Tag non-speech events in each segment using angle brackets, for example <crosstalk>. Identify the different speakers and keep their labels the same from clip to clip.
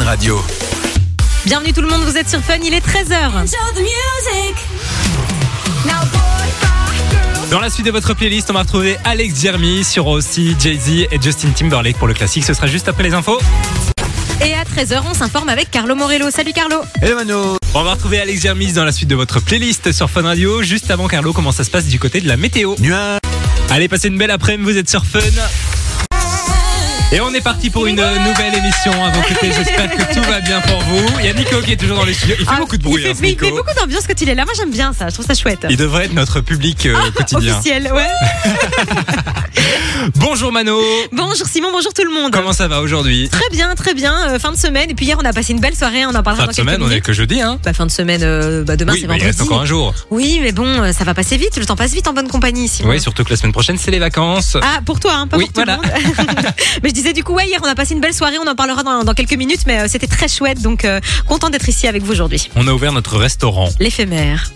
Speaker 1: Radio.
Speaker 2: Bienvenue tout le monde, vous êtes sur Fun, il est 13h.
Speaker 1: Dans la suite de votre playlist, on va retrouver Alex Jeremy sur aussi Jay-Z et Justin Timberlake pour le classique. Ce sera juste après les infos.
Speaker 2: Et à 13h, on s'informe avec Carlo Morello. Salut Carlo
Speaker 3: Et Mano
Speaker 1: On va retrouver Alex Jermis dans la suite de votre playlist sur Fun Radio. Juste avant, Carlo, comment ça se passe du côté de la météo
Speaker 3: Nuage
Speaker 1: Allez, passez une belle après-midi, vous êtes sur Fun. Et on est parti pour une euh, nouvelle émission à vos côtés. J'espère que tout va bien pour vous. Il y a Nico qui est toujours dans les studios. Il fait
Speaker 2: Ah,
Speaker 1: beaucoup de bruit,
Speaker 2: Il fait,
Speaker 1: hein, ce
Speaker 2: mais il
Speaker 1: Nico.
Speaker 2: fait beaucoup d'ambiance quand il est là. Moi, j'aime bien ça. Je trouve ça chouette.
Speaker 1: Il devrait être notre public euh,
Speaker 2: Ah,
Speaker 1: quotidien.
Speaker 2: Officiel,
Speaker 1: <laughs>
Speaker 2: ouais.
Speaker 1: Bonjour Mano.
Speaker 2: Bonjour Simon, bonjour tout le monde.
Speaker 1: Comment ça va aujourd'hui
Speaker 2: Très bien, très bien. Euh, fin de semaine. Et puis hier, on a passé une belle soirée. On en parlera dans
Speaker 1: Fin de
Speaker 2: quelques
Speaker 1: semaine, on est
Speaker 2: minutes.
Speaker 1: que jeudi, hein
Speaker 2: Bah, fin de semaine, euh, bah, demain
Speaker 1: Oui,
Speaker 2: c'est
Speaker 1: mais il
Speaker 2: vendredi.
Speaker 1: reste encore un jour.
Speaker 2: Oui, mais bon, euh, ça va passer vite. Le temps passe vite en bonne compagnie, Simon.
Speaker 1: Oui, surtout que la semaine prochaine, c'est les vacances.
Speaker 2: Ah, pour toi, hein, pas
Speaker 1: Oui,
Speaker 2: pour tout
Speaker 1: voilà.
Speaker 2: le monde.
Speaker 1: <laughs>
Speaker 2: <laughs> mais je disais du coup, ouais, hier, on a passé une belle soirée. On en parlera dans, dans quelques minutes, mais euh, c'était très chouette. Donc, euh, content d'être ici avec vous aujourd'hui.
Speaker 1: On a ouvert notre restaurant
Speaker 2: L'éphémère.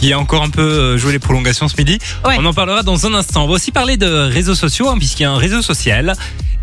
Speaker 1: qui a encore un peu euh, joué les prolongations ce midi.
Speaker 2: Ouais.
Speaker 1: On en parlera dans un instant. On va aussi parler de réseaux sociaux, hein, puisqu'il y a un réseau social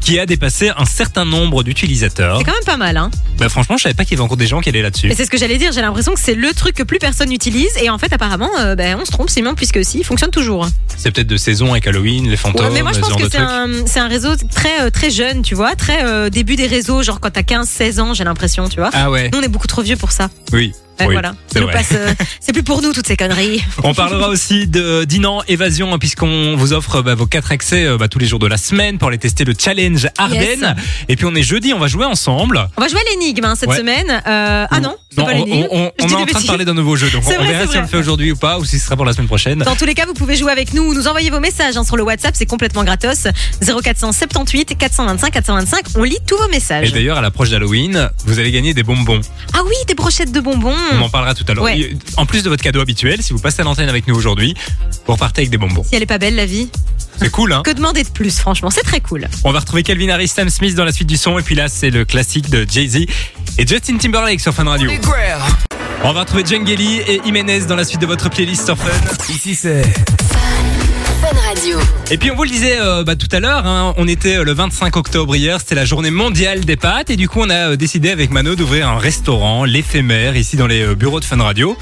Speaker 1: qui a dépassé un certain nombre d'utilisateurs.
Speaker 2: C'est quand même pas mal, hein.
Speaker 1: Bah, franchement, je savais pas qu'il y avait encore des gens qui allaient là-dessus.
Speaker 2: Mais c'est ce que j'allais dire, j'ai l'impression que c'est le truc que plus personne n'utilise et en fait apparemment euh, ben, on se trompe Simon puisque si, il fonctionne toujours.
Speaker 1: C'est peut-être de saison avec Halloween, les fantômes,
Speaker 2: Ouais, mais moi je
Speaker 1: ce
Speaker 2: pense
Speaker 1: genre
Speaker 2: que
Speaker 1: de
Speaker 2: c'est
Speaker 1: trucs.
Speaker 2: un, c'est un réseau très euh, très jeune, tu vois, très euh, début des réseaux, genre quand t'as 15-16 ans j'ai l'impression, tu vois.
Speaker 1: Ah ouais,
Speaker 2: Nous on est beaucoup trop vieux pour ça.
Speaker 1: oui.
Speaker 2: Ouais,
Speaker 1: oui,
Speaker 2: voilà.
Speaker 1: c'est
Speaker 2: Nous,
Speaker 1: vrai.
Speaker 2: passe, euh, <laughs> c'est plus pour nous toutes ces conneries.
Speaker 1: On parlera aussi de Dinan Évasion, hein, puisqu'on vous offre bah, vos quatre accès euh, bah, tous les jours de la semaine pour aller tester le challenge Ardennes. Et puis on est jeudi, on va jouer ensemble.
Speaker 2: On va jouer à l'énigme hein, cette
Speaker 1: Ouais.
Speaker 2: semaine. Euh, ah non, c'est
Speaker 1: Non,
Speaker 2: pas
Speaker 1: on,
Speaker 2: l'énigme.
Speaker 1: on- on-
Speaker 2: Je
Speaker 1: on
Speaker 2: dis
Speaker 1: est en
Speaker 2: des
Speaker 1: train de
Speaker 2: bêtises.
Speaker 1: parler d'un nouveau jeu, donc on,
Speaker 2: C'est
Speaker 1: on
Speaker 2: vrai,
Speaker 1: verra
Speaker 2: c'est
Speaker 1: si
Speaker 2: vrai.
Speaker 1: on le fait aujourd'hui ou pas, ou si ce sera pour la semaine prochaine.
Speaker 2: Dans tous les cas, vous pouvez jouer avec nous ou nous envoyer vos messages hein, sur le WhatsApp, c'est complètement gratos. 0478 425 425, on lit tous vos
Speaker 1: Et
Speaker 2: messages.
Speaker 1: d'ailleurs, à l'approche d'Halloween, vous allez gagner des bonbons.
Speaker 2: Ah oui, des brochettes de bonbons.
Speaker 1: On en parlera tout à l'heure.
Speaker 2: Hmm. Ouais.
Speaker 1: Et En plus de votre cadeau habituel, si vous passez à l'antenne avec nous aujourd'hui, vous repartez avec des bonbons.
Speaker 2: Si elle est pas belle la vie,
Speaker 1: C'est cool, hein
Speaker 2: que demander de plus franchement, c'est très cool.
Speaker 1: On va retrouver Calvin Harris, Sam Smith dans la suite du son. Et puis là, c'est le classique de Jay-Z et Justin Timberlake sur Fun Radio. On va retrouver Jungeli et Jiménez dans la suite de votre playlist sur Fun.
Speaker 3: Ici c'est
Speaker 4: Fun Radio.
Speaker 1: Et puis on vous le disait euh, bah, tout à l'heure, hein, on était euh, le 25 octobre hier, c'était la journée mondiale des pâtes. Et du coup, on a euh, décidé avec Mano d'ouvrir un restaurant, l'éphémère, ici dans les euh, bureaux de Fun Radio.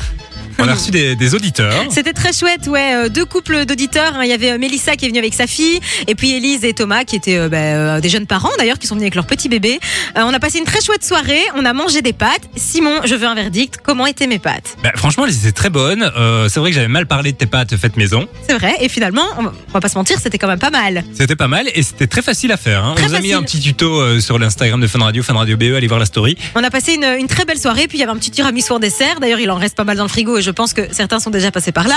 Speaker 1: On
Speaker 4: Hmm.
Speaker 1: a reçu des, des auditeurs.
Speaker 2: C'était très chouette, ouais. euh, Deux couples d'auditeurs. hein. Il y avait euh, Mélissa qui est venue avec sa fille, et puis Élise et Thomas qui étaient euh, bah, euh, des jeunes parents d'ailleurs qui sont venus avec leur petit bébé. Euh, on a passé une très chouette soirée. On a mangé des pâtes. Simon, je veux un verdict. Comment étaient mes pâtes
Speaker 1: Bah, franchement, elles étaient très bonnes. Euh, c'est vrai que j'avais mal parlé de tes pâtes faites maison.
Speaker 2: C'est vrai. Et finalement, on va- on va pas se mentir, c'était quand même pas mal.
Speaker 1: C'était pas mal et c'était très facile à faire. hein. On
Speaker 2: Très
Speaker 1: vous a mis
Speaker 2: facile.
Speaker 1: un petit tuto euh, sur l'Instagram de Fun Radio, Fun Radio BE, allez voir la story.
Speaker 2: On a passé une, une très belle soirée. Puis il y avait un petit tiramisu en dessert. D'ailleurs, il en reste pas mal dans le frigo, et je pense que certains sont déjà passés par là.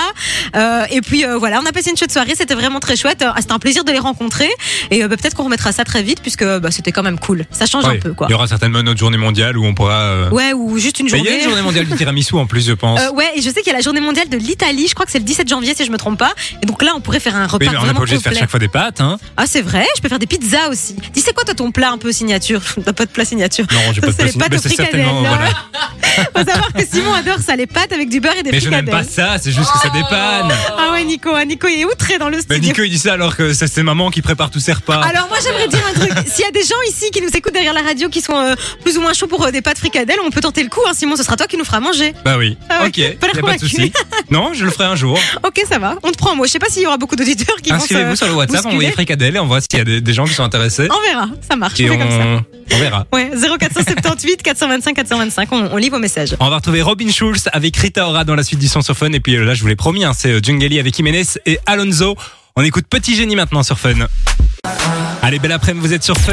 Speaker 2: Euh, et puis euh, voilà, on a passé une chouette soirée. C'était vraiment très chouette. Euh, C'était un plaisir de les rencontrer. Et euh, bah, peut-être qu'on remettra ça très vite puisque bah, c'était quand même cool. Ça change
Speaker 1: Ouais.
Speaker 2: un peu, quoi.
Speaker 1: Il y aura certainement une autre journée mondiale où on pourra. euh,
Speaker 2: Ouais, ou juste une
Speaker 1: Mais
Speaker 2: journée.
Speaker 1: il y a une journée mondiale du tiramisu
Speaker 2: <laughs>
Speaker 1: en plus, je pense.
Speaker 2: Euh, ouais, et je sais qu'il y a la journée mondiale de l'Italie, je crois que c'est le 17 janvier si je me trompe pas. Et donc là, on pourrait faire un repas
Speaker 1: oui, mais on n'est
Speaker 2: vraiment
Speaker 1: pas obligé de
Speaker 2: complet.
Speaker 1: faire chaque fois des pâtes. Hein.
Speaker 2: Ah, c'est vrai, je peux faire des pizzas aussi. Dis, c'est quoi toi ton plat un peu signature <laughs> T'as pas de plat signature. <laughs>
Speaker 1: Non, j'ai pas de
Speaker 2: C'est les
Speaker 1: possibilité,
Speaker 2: pâtes
Speaker 1: mais
Speaker 2: aux
Speaker 1: c'est
Speaker 2: fricadelles.
Speaker 1: certainement.
Speaker 2: non
Speaker 1: voilà.
Speaker 2: Faut savoir que Simon adore ça, les pâtes avec du beurre et des
Speaker 1: Mais je
Speaker 2: fricadelles.
Speaker 1: n'aime pas ça, c'est juste que ça dépanne.
Speaker 2: Ah ouais, Nico, hein, Nico il est outré dans le
Speaker 1: Mais
Speaker 2: studio.
Speaker 1: Bah, Nico, ah. il dit ça alors que ça, c'est maman qui prépare tous ses repas.
Speaker 2: Alors moi j'aimerais dire un truc, s'il y a des gens ici qui nous écoutent derrière la radio qui sont euh, plus ou moins chauds pour euh, des pâtes fricadelles, on peut tenter le coup, hein, Simon, ce sera toi qui nous fera manger.
Speaker 1: Bah oui.
Speaker 2: Ah ouais,
Speaker 1: ok, y
Speaker 2: pas l'air
Speaker 1: a pas de
Speaker 2: convaincu.
Speaker 1: souci. <laughs> Non, je le ferai un jour.
Speaker 2: Ok, ça va, on te prend moi. Je sais pas s'il y aura beaucoup d'auditeurs qui vont se...
Speaker 1: Inscrivez-vous sur le WhatsApp,
Speaker 2: bousculer.
Speaker 1: envoyez fricadelle et on voit s'il y a des, des gens qui sont intéressés.
Speaker 2: On verra, ça marche, on
Speaker 1: Et
Speaker 2: fait comme ça.
Speaker 1: on, on verra.
Speaker 2: Ouais, 0478 425 425, on, on lit vos messages.
Speaker 1: On va retrouver Robin Schulz avec Rita Ora dans la suite du son sur Fun. Et puis euh, là, je vous l'ai promis, hein, c'est euh, Jungeli avec Jiménez et Alonso. On écoute Petit Génie maintenant sur Fun. Allez, belle après-midi, vous êtes sur Fun.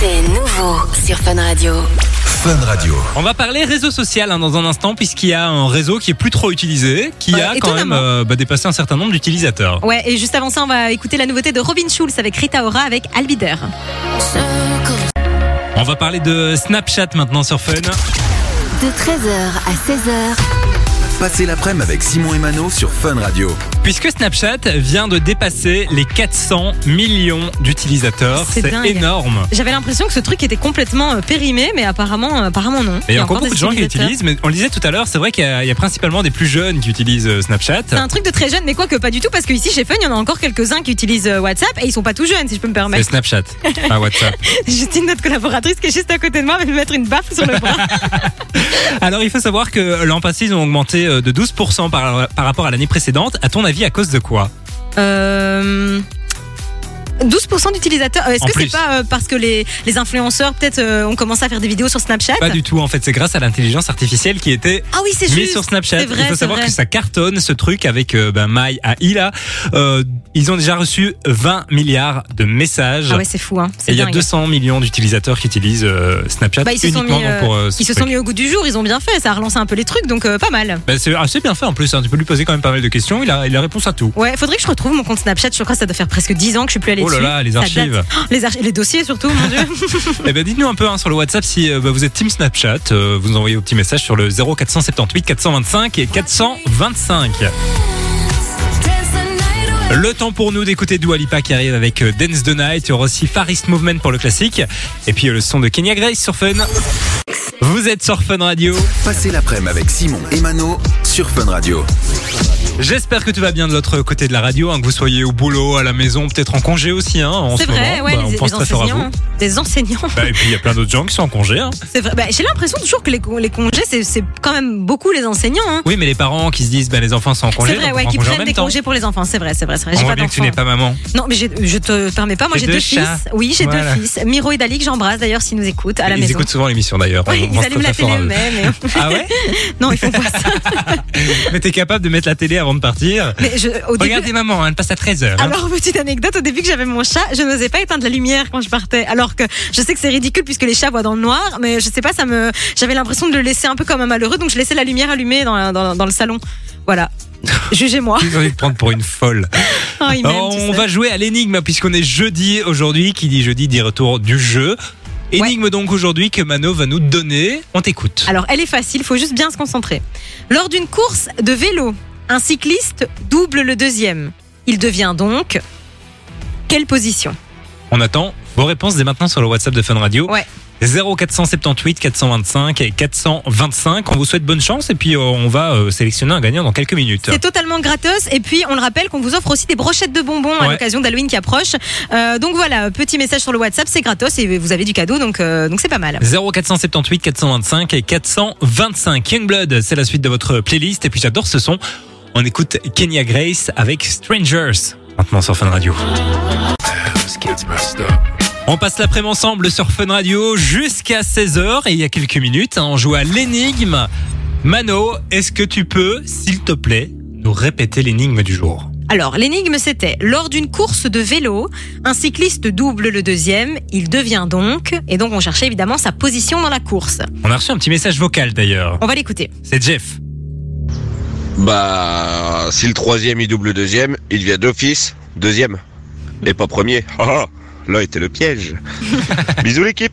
Speaker 4: C'est nouveau sur Fun Radio.
Speaker 3: Fun Radio.
Speaker 1: On va parler réseau social hein, dans un instant, puisqu'il y a un réseau qui est plus trop utilisé, qui
Speaker 2: Ouais,
Speaker 1: a quand même
Speaker 2: étonnamment.
Speaker 1: euh, bah, dépassé un certain nombre d'utilisateurs.
Speaker 2: Ouais, et juste avant ça, on va écouter la nouveauté de Robin Schulz avec Rita Ora avec Albider.
Speaker 1: On va parler de Snapchat maintenant sur Fun.
Speaker 4: De 13h à 16h,
Speaker 3: Passez l'après-midi avec Simon et Mano sur Fun Radio.
Speaker 1: Puisque Snapchat vient de dépasser les 400 millions d'utilisateurs,
Speaker 2: C'est
Speaker 1: c'est
Speaker 2: dingue.
Speaker 1: énorme.
Speaker 2: J'avais l'impression que ce truc était complètement euh, périmé, mais apparemment, euh, apparemment non.
Speaker 1: Et il y a encore
Speaker 2: des
Speaker 1: beaucoup de gens qui
Speaker 2: utilisateurs.
Speaker 1: l'utilisent, mais on le disait tout à l'heure, c'est vrai qu'il y, a il y a principalement des plus jeunes qui utilisent euh, Snapchat.
Speaker 2: C'est un truc de très jeune, mais quoi que pas du tout, parce que ici chez Fun, il y en a encore quelques-uns qui utilisent euh, WhatsApp et ils sont pas tout jeunes, si je peux me
Speaker 1: C'est
Speaker 2: permettre.
Speaker 1: Euh, Snapchat,
Speaker 2: <laughs>
Speaker 1: pas WhatsApp.
Speaker 2: Justine, notre collaboratrice qui est juste à côté de moi, va me mettre une baffe sur le
Speaker 1: <laughs>
Speaker 2: bras.
Speaker 1: Alors, il faut savoir que euh, l'an passé, ils ont augmenté euh, de 12% par, par rapport à l'année précédente. À ton avis, à cause de quoi
Speaker 2: Euh, 12% d'utilisateurs. euh, Est-ce
Speaker 1: En
Speaker 2: que
Speaker 1: plus.
Speaker 2: c'est pas euh, parce que les, les influenceurs, peut-être, euh, ont commencé à faire des vidéos sur Snapchat
Speaker 1: Pas du tout, en fait. C'est grâce à l'intelligence artificielle qui était
Speaker 2: Ah oui, c'est
Speaker 1: mise
Speaker 2: juste.
Speaker 1: sur Snapchat.
Speaker 2: c'est vrai,
Speaker 1: il faut
Speaker 2: c'est
Speaker 1: savoir
Speaker 2: vrai.
Speaker 1: que ça cartonne, ce truc, avec euh, ben, Mai à Ila. Euh, ils ont déjà reçu 20 milliards de messages.
Speaker 2: Ah ouais, c'est fou, hein.
Speaker 1: Et
Speaker 2: C'est
Speaker 1: il y a
Speaker 2: dingue.
Speaker 1: 200 millions d'utilisateurs qui utilisent euh, Snapchat
Speaker 2: Bah, ils se sont
Speaker 1: uniquement
Speaker 2: mis,
Speaker 1: donc,
Speaker 2: euh,
Speaker 1: pour euh, ce
Speaker 2: Ils se
Speaker 1: truc.
Speaker 2: sont mis au goût du jour, ils ont bien fait, ça a relancé un peu les trucs, donc euh, pas mal.
Speaker 1: Ben, c'est assez bien fait en plus, hein. tu peux lui poser quand même pas mal de questions, il a, il a réponse
Speaker 2: <laughs>
Speaker 1: à tout.
Speaker 2: Ouais, faudrait que je retrouve mon compte Snapchat, je crois que ça doit faire presque 10 ans que je suis plus allée
Speaker 1: Oh là
Speaker 2: dessus.
Speaker 1: là, les
Speaker 2: Ça date.
Speaker 1: archives.
Speaker 2: Oh, <gasps> les, archi- les dossiers surtout, mon dieu.
Speaker 1: Eh ben, dites-nous un peu hein, sur le WhatsApp si euh, ben, vous êtes Team Snapchat, euh, vous nous envoyez vos petits messages sur le 0478 425 et 425. Le temps pour nous d'écouter Dua Lipa qui arrive avec euh, Dance the Night, il y aura aussi Farist Movement pour le classique, et puis euh, le son de Kenya Grace sur Fun. Vous êtes sur Fun Radio.
Speaker 3: Passez l'après-midi avec Simon et Mano sur Fun Radio.
Speaker 1: J'espère que tout va bien de l'autre côté de la radio, hein, que vous soyez au boulot, à la maison, peut-être en congé aussi. Hein, en
Speaker 2: C'est
Speaker 1: ce
Speaker 2: vrai,
Speaker 1: moment.
Speaker 2: ouais,
Speaker 1: Bah,
Speaker 2: les,
Speaker 1: on pense
Speaker 2: les
Speaker 1: très fort à vous.
Speaker 2: enseignants. Des enseignants.
Speaker 1: Bah, et puis il y a plein d'autres gens qui sont en congé. hein.
Speaker 2: C'est vrai. Bah, J'ai l'impression toujours que les, con- les congés, c'est- c'est quand même beaucoup les enseignants. hein.
Speaker 1: Oui, mais les parents qui se disent bah, les enfants sont en congé.
Speaker 2: C'est vrai,
Speaker 1: donc
Speaker 2: ouais,
Speaker 1: on
Speaker 2: qui
Speaker 1: prend congé en
Speaker 2: prennent
Speaker 1: même
Speaker 2: des
Speaker 1: temps.
Speaker 2: congés pour les enfants, c'est vrai, c'est vrai, c'est vrai.
Speaker 1: On
Speaker 2: J'ai
Speaker 1: voit
Speaker 2: pas
Speaker 1: bien que tu n'es
Speaker 2: d'enfants.
Speaker 1: pas maman.
Speaker 2: Non, mais j'ai- je te permets pas, moi
Speaker 1: J'ai
Speaker 2: j'ai
Speaker 1: deux
Speaker 2: deux,
Speaker 1: chats.
Speaker 2: fils. Oui, j'ai
Speaker 1: Voilà.
Speaker 2: deux fils. Miro et Dali, que j'embrasse d'ailleurs s'ils nous écoutent à la
Speaker 1: ils
Speaker 2: maison.
Speaker 1: écoutent souvent l'émission d'ailleurs.
Speaker 2: Ouais,
Speaker 1: On
Speaker 2: ils
Speaker 1: pense
Speaker 2: allument la
Speaker 1: très fort
Speaker 2: télé
Speaker 1: à eux.
Speaker 2: eux-mêmes. et-
Speaker 1: Ah ouais
Speaker 2: Non, ils font pas
Speaker 1: <laughs>
Speaker 2: ça.
Speaker 1: Mais t'es capable de mettre la télé avant de partir
Speaker 2: Mais je, au début,
Speaker 1: Regardez maman, elle passe à hein. 13h.
Speaker 2: Alors, petite anecdote, au début que j'avais mon chat, je n'osais pas éteindre la lumière quand je partais. Alors que je sais que c'est ridicule puisque les chats voient dans le noir, mais je sais pas, ça me, j'avais l'impression de le laisser un peu comme un malheureux, donc je laissais la lumière allumée dans, la- dans- dans le salon.
Speaker 1: <laughs>
Speaker 2: Voilà. Jugez-moi.
Speaker 1: Ils ont envie de prendre pour une folle.
Speaker 2: Oh, il m'aime, tu
Speaker 1: Oh, on
Speaker 2: sais.
Speaker 1: va jouer à l'énigme puisqu'on est jeudi aujourd'hui. Qui dit jeudi dit retour du jeu. Énigme donc aujourd'hui que Mano va nous donner. On t'écoute.
Speaker 2: Alors, elle est facile, faut juste bien se concentrer. Lors d'une course de vélo, un cycliste double le deuxième. Il devient donc quelle position
Speaker 1: On attend vos réponses dès maintenant sur le WhatsApp de Fun Radio.
Speaker 2: Ouais.
Speaker 1: 0478 425 et 425. On vous souhaite bonne chance et puis euh, on va euh, sélectionner un gagnant dans quelques minutes.
Speaker 2: C'est totalement gratos. Et puis, on le rappelle qu'on vous offre aussi des brochettes de bonbons à
Speaker 1: Ouais.
Speaker 2: l'occasion d'Halloween qui approche. Euh, donc voilà, petit message sur le WhatsApp, c'est gratos et vous avez du cadeau, donc euh, donc c'est pas mal.
Speaker 1: 0478 425 et 425. Youngblood, c'est la suite de votre playlist et puis j'adore ce son. On écoute Kenya Grace avec Strangers. Maintenant sur Fun Radio. On passe l'après-midi ensemble sur Fun Radio jusqu'à 16h et il y a quelques minutes, hein, on joue à l'énigme. Mano, est-ce que tu peux, s'il te plaît, nous répéter l'énigme du jour
Speaker 2: Alors, l'énigme c'était lors d'une course de vélo, un cycliste double le deuxième, il devient donc, et donc on cherchait évidemment sa position dans la course.
Speaker 1: On a reçu un petit message vocal d'ailleurs.
Speaker 2: On va l'écouter.
Speaker 1: C'est Jeff.
Speaker 5: Bah, si le troisième il double deuxième, il devient d'office deuxième. Et pas premier. <laughs> Ah, ah, là était le piège. Bisous l'équipe.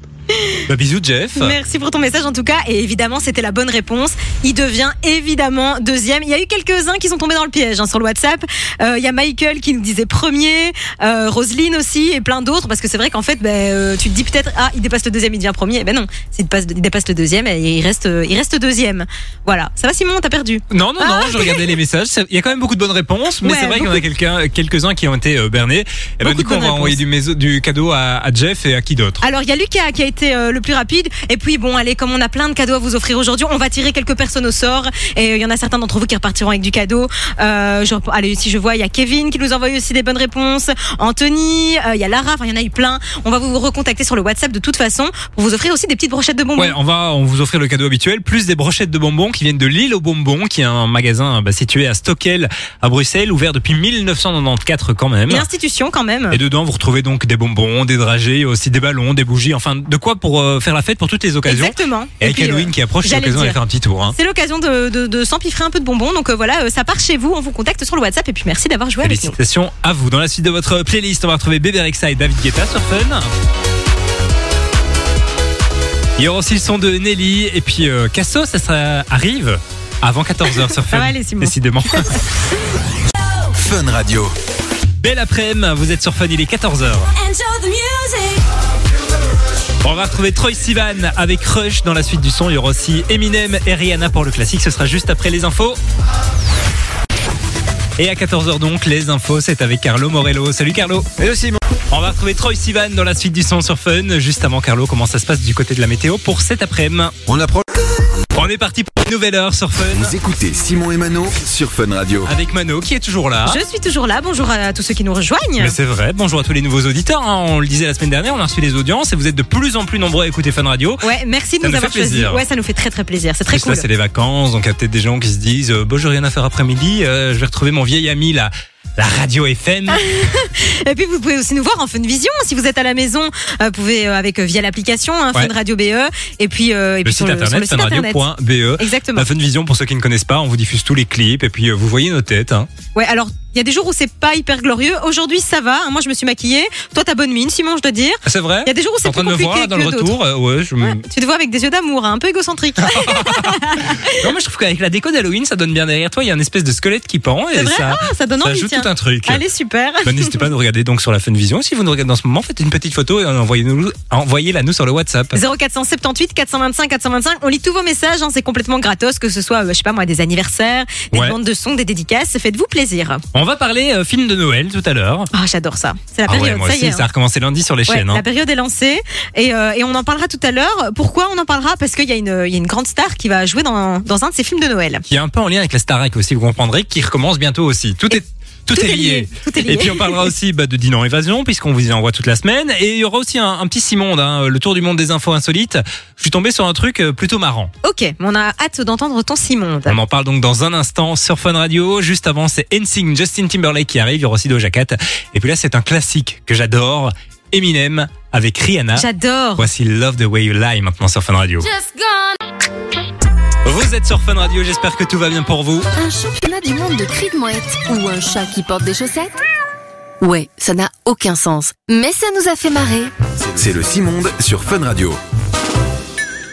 Speaker 1: Bah, bisous Jeff.
Speaker 2: Merci pour ton message en tout cas. Et évidemment, c'était la bonne réponse. Il devient évidemment deuxième. Il y a eu quelques-uns qui sont tombés dans le piège hein, sur le WhatsApp. Euh, Il y a Michael qui nous disait premier, euh, Roselyne aussi et plein d'autres. Parce que c'est vrai qu'en fait, ben, euh, tu te dis peut-être, ah, il dépasse le deuxième, il devient premier. Eh Ben non, s'il passe- il dépasse le deuxième, et il reste, euh, il reste deuxième. Voilà. Ça va Simon, t'as perdu.
Speaker 1: Non, non, non, je regardais les messages. C'est- Il y a quand même beaucoup de bonnes réponses, mais
Speaker 2: Ah, Ouais,
Speaker 1: c'est vrai qu'il y en a quelqu'un- quelques-uns qui ont été euh, bernés. Et ben,
Speaker 2: Beaucoup
Speaker 1: du
Speaker 2: de
Speaker 1: coup, on
Speaker 2: bonnes
Speaker 1: va envoyer
Speaker 2: réponses.
Speaker 1: du, méso- du cadeau à, à Jeff et à qui d'autre
Speaker 2: Alors, il y a Lucas qui a été euh, le plus rapide. Et puis, bon, allez, comme on a plein de cadeaux à vous offrir aujourd'hui, on va tirer quelques personnes au sort. Et euh, il y en a certains d'entre vous qui repartiront avec du cadeau. Euh, je rep- allez, si je vois, il y a Kevin qui nous envoie aussi des bonnes réponses. Anthony, euh, il y a Lara, enfin, il y en a eu plein. On va vous recontacter sur le WhatsApp de toute façon pour vous offrir aussi des petites brochettes de bonbons.
Speaker 1: Ouais, on va on vous offrir le cadeau habituel, plus des brochettes de bonbons qui viennent de l'île aux bonbons, qui est un magasin bah, situé à Stockel, à Bruxelles, ouvert depuis 1994 quand même.
Speaker 2: Une institution quand même.
Speaker 1: Et dedans, vous retrouvez donc des bonbons, des dragées, aussi des ballons, des bougies, enfin de quoi pour euh, faire la fête pour toutes les occasions.
Speaker 2: Exactement.
Speaker 1: Et avec
Speaker 2: puis, euh,
Speaker 1: Halloween qui approche, c'est
Speaker 2: j'allais
Speaker 1: l'occasion d'aller
Speaker 2: dire.
Speaker 1: faire un petit tour. hein.
Speaker 2: c'est l'occasion de, de, de s'empiffrer un peu de bonbons. Donc euh, voilà, euh, ça part chez vous. On vous contacte sur le WhatsApp. Et puis merci d'avoir joué avec nous.
Speaker 1: Félicitations à vous. Dans la suite de votre playlist, on va retrouver Bébé Rexa et David Guetta sur Fun. Il y aura aussi le son de Nelly et puis euh,
Speaker 2: <laughs>
Speaker 1: Casso, ça, sera- arrive avant 14h sur Fun.
Speaker 2: Ah, allez, Simon.
Speaker 1: Décidément.
Speaker 3: Fun Radio.
Speaker 1: Belle après-midi, vous êtes sur Fun, il est 14h. On va retrouver Troy Sivan avec Rush dans la suite du son. Il y aura aussi Eminem et Rihanna pour le classique. Ce sera juste après les infos. Et à 14h donc, les infos, c'est avec Carlo Morello. Salut Carlo
Speaker 6: Et aussi,
Speaker 1: On va retrouver Troy Sivan dans la suite du son sur Fun. Juste avant Carlo, comment ça se passe du côté de la météo pour cet après-midi
Speaker 6: on approche.
Speaker 1: On est parti pour une nouvelle heure sur Fun.
Speaker 3: Vous écoutez Simon et Mano sur Fun Radio.
Speaker 1: Avec Mano qui est toujours là.
Speaker 2: Je suis toujours là. Bonjour à tous ceux qui nous rejoignent.
Speaker 1: Mais c'est vrai, bonjour à tous les nouveaux auditeurs. hein. On le disait la semaine dernière, on a reçu les audiences et vous êtes de plus en plus nombreux à écouter Fun Radio.
Speaker 2: Ouais, merci de
Speaker 1: Ça
Speaker 2: nous
Speaker 1: nous
Speaker 2: avoir
Speaker 1: fait
Speaker 2: choisi.
Speaker 1: plaisir.
Speaker 2: Ouais, ça nous fait très très plaisir. C'est très
Speaker 1: Parce que
Speaker 2: cool.
Speaker 1: Là, c'est les vacances, donc il y a peut-être des gens qui se disent euh, Bon, j'ai rien à faire après-midi, euh, je vais retrouver mon vieil ami, la, la radio FM.
Speaker 2: Ah, Et puis vous pouvez aussi nous voir en Fun Vision si vous êtes à la maison. euh, Vous pouvez euh, avec euh, via l'application hein, Fun
Speaker 1: Ouais.
Speaker 2: Radio BE et puis euh, et
Speaker 1: le
Speaker 2: puis sur
Speaker 1: site
Speaker 2: le, sur le
Speaker 1: internet,
Speaker 2: site internet.
Speaker 1: funradio.be.
Speaker 2: Exactement.
Speaker 1: E. La Funvision, pour ceux qui ne connaissent pas, on vous diffuse tous les clips et puis euh, vous voyez nos têtes. hein.
Speaker 2: Ouais, alors il y a des jours où c'est pas hyper glorieux. Aujourd'hui, ça va. hein. Moi, je me suis maquillée. Toi, t'as bonne mine, Simon, je dois dire.
Speaker 1: Ah, c'est vrai
Speaker 2: Il y a des jours où
Speaker 1: T'es
Speaker 2: c'est
Speaker 1: en
Speaker 2: plus
Speaker 1: train de me
Speaker 2: compliqué
Speaker 1: voir dans
Speaker 2: que
Speaker 1: le
Speaker 2: d'autres.
Speaker 1: retour euh, ouais, je me-
Speaker 2: Ouais, tu te vois avec des yeux d'amour, hein, un peu
Speaker 1: <laughs>
Speaker 2: égocentrique.
Speaker 1: Non, mais je trouve qu'avec la déco d'Halloween, ça donne bien derrière toi. Il y a une espèce de squelette qui pend
Speaker 2: C'est
Speaker 1: et
Speaker 2: vrai
Speaker 1: ça,
Speaker 2: Ah, ça donne
Speaker 1: ça
Speaker 2: envie.
Speaker 1: ajoute
Speaker 2: tiens.
Speaker 1: tout un truc.
Speaker 2: Allez, super.
Speaker 1: <laughs> Bah, N'hésitez pas à nous regarder donc sur la Funvision. Si vous nous regardez en ce moment, faites une petite photo et envoyez-nous- envoyez-la nous sur le WhatsApp.
Speaker 2: 0478 425 425. On lit tous vos messages, hein, c'est complètement gratos, que ce soit, euh, je sais pas moi, des anniversaires, des
Speaker 1: Ouais.
Speaker 2: demandes de sons, des dédicaces. Faites-vous plaisir.
Speaker 1: On va parler euh, film de Noël tout à l'heure.
Speaker 2: Ah, j'adore ça. C'est la
Speaker 1: Ah ouais,
Speaker 2: période,
Speaker 1: moi
Speaker 2: ça
Speaker 1: aussi,
Speaker 2: y est. hein.
Speaker 1: ça a recommencé lundi sur les
Speaker 2: Ouais,
Speaker 1: chaînes. hein.
Speaker 2: La période est lancée et, euh, et on en parlera tout à l'heure. Pourquoi on en parlera Parce qu'il y, a une- il y a une grande star qui va jouer dans, dans un de ses films de Noël.
Speaker 1: qui est un peu en lien avec la Starac aussi, vous comprendrez, qui recommence bientôt aussi. Tout est. Tout, est lié.
Speaker 2: tout est lié.
Speaker 1: Et puis on
Speaker 2: <laughs>
Speaker 1: parlera aussi bah, de dîner en évasion, puisqu'on vous y envoie toute la semaine. Et il y aura aussi un, un petit Simonde, hein, le tour du monde des infos insolites. Je suis tombé sur un truc euh, plutôt marrant.
Speaker 2: Ok, mais on a hâte d'entendre ton Simonde.
Speaker 1: On en parle donc dans un instant sur Fun Radio. Juste avant, c'est NSYNC, Justin Timberlake qui arrive, il y aura aussi Doja Cat. Et puis là, c'est un classique que j'adore, Eminem avec Rihanna.
Speaker 2: J'adore.
Speaker 1: Voici Love the Way You Lie maintenant sur Fun Radio. Vous êtes sur Fun Radio, j'espère que tout va bien pour vous.
Speaker 4: Un championnat du monde de cris de mouette ou un chat qui porte des chaussettes Ouais, ça n'a aucun sens. Mais ça nous a fait marrer.
Speaker 3: C'est le Simonde sur Fun Radio.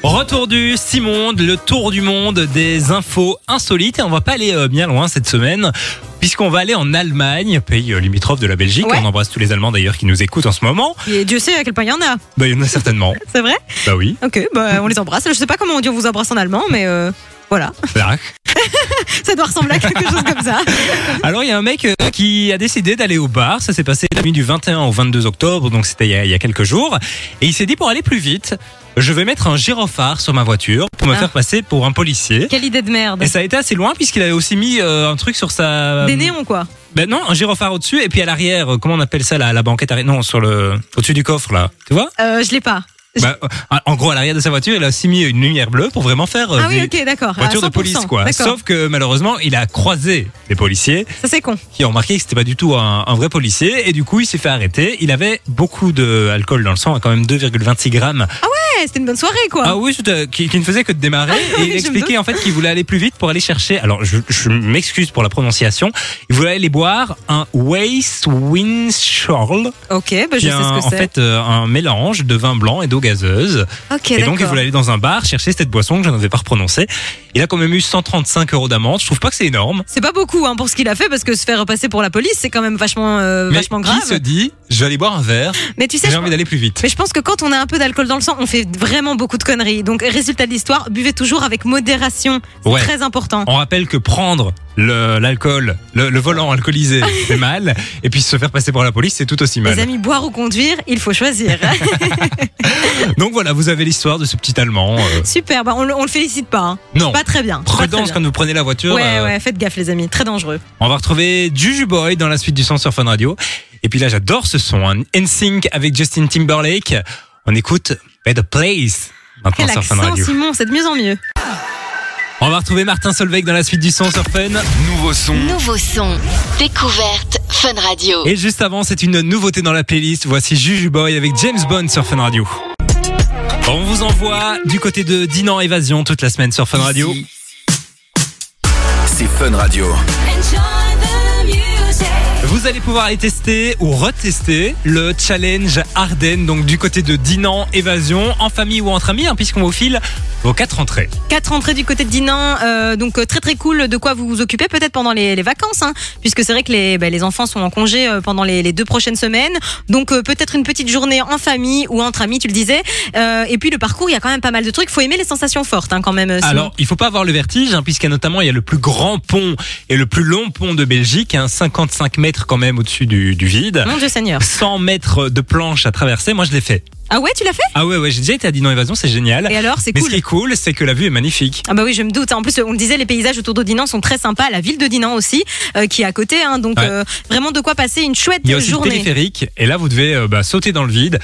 Speaker 1: Retour du Simonde, le tour du monde des infos insolites. Et on va pas aller euh, bien loin cette semaine, puisqu'on va aller en Allemagne, pays euh, limitrophe de la Belgique.
Speaker 2: Ouais.
Speaker 1: On embrasse tous les Allemands d'ailleurs qui nous écoutent en ce moment.
Speaker 2: Et Dieu sait à quel point il y en a.
Speaker 1: Bah, il y en a certainement.
Speaker 2: C'est vrai
Speaker 1: bah oui.
Speaker 2: Ok, bah, on les embrasse. Je sais pas comment on dit on vous embrasse en allemand, mais euh, voilà. <laughs>
Speaker 1: Là.
Speaker 2: Ça doit ressembler à quelque chose comme
Speaker 1: <laughs>
Speaker 2: ça.
Speaker 1: Alors, il y a un mec euh, qui a décidé d'aller au bar. Ça s'est passé la nuit du 21 au 22 octobre, donc c'était il, y a- il y a quelques jours. Et il s'est dit pour aller plus vite, je vais mettre un gyrophare sur ma voiture pour me
Speaker 2: Ah.
Speaker 1: faire passer pour un policier.
Speaker 2: Quelle idée de merde.
Speaker 1: Et ça a été assez loin puisqu'il avait aussi mis euh, un truc sur sa
Speaker 2: Des néons, quoi.
Speaker 1: Ben non, un gyrophare au-dessus et puis à l'arrière, euh, comment on appelle ça la, la banquette arrière Non, sur le au-dessus du coffre là, tu vois
Speaker 2: Euh, je l'ai pas.
Speaker 1: Ben, euh, En gros, à l'arrière de sa voiture, il a aussi mis une lumière bleue pour vraiment faire euh,
Speaker 2: Ah oui,
Speaker 1: des
Speaker 2: ok, d'accord. À
Speaker 1: voitures de
Speaker 2: 100%,
Speaker 1: police quoi.
Speaker 2: d'accord.
Speaker 1: Sauf que malheureusement, il a croisé des policiers
Speaker 2: Ça, c'est con.
Speaker 1: qui ont remarqué que c'était pas du tout un, un vrai policier et du coup, il s'est fait arrêter. Il avait beaucoup d'alcool dans le sang, quand même 2,26 grammes.
Speaker 2: Ouais, Eh, c'était une bonne soirée, quoi.
Speaker 1: Ah oui, c'était- qui, qui ne faisait que de démarrer
Speaker 2: Ah, oui,
Speaker 1: et
Speaker 2: je
Speaker 1: il
Speaker 2: me
Speaker 1: expliquait
Speaker 2: doute.
Speaker 1: en fait qu'il voulait aller plus vite pour aller chercher. Alors, je, je m'excuse pour la prononciation. Il voulait aller boire un Weiss Winschorl.
Speaker 2: Ok, bah, je
Speaker 1: qui
Speaker 2: sais
Speaker 1: est un-
Speaker 2: ce que
Speaker 1: en
Speaker 2: c'est.
Speaker 1: fait euh, un mélange de vin blanc et d'eau gazeuse.
Speaker 2: ok,
Speaker 1: Et,
Speaker 2: d'accord.
Speaker 1: donc il voulait aller dans un bar chercher cette boisson que je n'avais pas prononcée. Il a quand même eu 135 euros d'amende. Je trouve pas que c'est énorme.
Speaker 2: C'est pas beaucoup hein, pour ce qu'il a fait parce que se faire passer pour la police, c'est quand même vachement, euh,
Speaker 1: Mais
Speaker 2: vachement
Speaker 1: qui
Speaker 2: grave.
Speaker 1: se dit, je vais aller boire un verre.
Speaker 2: Mais tu sais,
Speaker 1: J'ai
Speaker 2: je...
Speaker 1: envie d'aller plus vite.
Speaker 2: mais je pense que quand on a un peu d'alcool dans le sang, on fait vraiment beaucoup de conneries. Donc résultat de l'histoire, buvez toujours avec modération. C'est
Speaker 1: Ouais.
Speaker 2: très important.
Speaker 1: On rappelle que prendre le- l'alcool, le, le
Speaker 2: <laughs>
Speaker 1: volant alcoolisé, c'est mal. Et puis se faire passer pour la police, c'est tout aussi
Speaker 2: Les
Speaker 1: mal.
Speaker 2: amis, boire ou conduire, il faut
Speaker 1: <laughs>
Speaker 2: choisir. <laughs>
Speaker 1: Donc voilà, vous avez l'histoire de ce petit Allemand. euh,
Speaker 2: Super, bah, on, le, on le félicite pas. hein.
Speaker 1: Non.
Speaker 2: Pas très bien. pas
Speaker 1: Prudence
Speaker 2: très bien.
Speaker 1: quand vous prenez la voiture.
Speaker 2: Ouais,
Speaker 1: euh, oh,
Speaker 2: ouais, faites gaffe les amis, très dangereux.
Speaker 1: On va retrouver Juju Boy dans la suite du son sur Fun Radio. Et puis là, j'adore ce son, hein. NSYNC avec Justin Timberlake. On écoute Better Place maintenant
Speaker 2: Quel
Speaker 1: sur Fun
Speaker 2: accent
Speaker 1: Radio.
Speaker 2: Simon, c'est de mieux en mieux.
Speaker 1: On va retrouver Martin Solveig dans la suite du son sur Fun.
Speaker 3: Nouveau son,
Speaker 4: Nouveau son. Découverte Fun Radio.
Speaker 1: Et juste avant, c'est une nouveauté dans la playlist. Voici Juju Boy avec James Bond sur Fun Radio. On vous envoie du côté de Dinan Évasion toute la semaine sur Fun Radio.
Speaker 3: c'est Fun Radio.
Speaker 1: Vous allez pouvoir aller tester ou retester le challenge Ardennes, donc du côté de Dinan, évasion, en famille ou entre amis, hein, puisqu'on vous file vos quatre entrées.
Speaker 2: Quatre entrées du côté de Dinan, euh, donc euh, très très cool de quoi vous vous occupez peut-être pendant les, les vacances, hein, puisque c'est vrai que les, bah, les enfants sont en congé euh, pendant les, les deux prochaines semaines, donc euh, peut-être une petite journée en famille ou entre amis, tu le disais. Euh, et puis le parcours, il y a quand même pas mal de trucs, faut aimer les sensations fortes hein, quand même. Simon.
Speaker 1: Alors, il faut pas avoir le vertige, hein, puisqu'il y a notamment il y a le plus grand pont et le plus long pont de Belgique, hein, 55 mètres quand même au-dessus du, du vide,
Speaker 2: Mon Dieu Seigneur.
Speaker 1: 100 mètres de planche à traverser. Moi, je l'ai fait.
Speaker 2: Ah ouais, tu l'as fait
Speaker 1: Ah ouais, ouais, j'ai déjà été à Dinan Évasion, c'est génial.
Speaker 2: Et alors, c'est
Speaker 1: Mais
Speaker 2: cool.
Speaker 1: ce qui est cool, c'est que la vue est magnifique.
Speaker 2: Ah bah oui, je me doute. En plus, on le disait, les paysages autour de Dinan sont très sympas. La ville de Dinan aussi, euh, qui est à côté. Hein, donc
Speaker 1: Ouais.
Speaker 2: euh, vraiment de quoi passer une chouette
Speaker 1: Il y a aussi le
Speaker 2: journée.
Speaker 1: téléphérique, et là vous devez euh, bah, sauter dans le vide,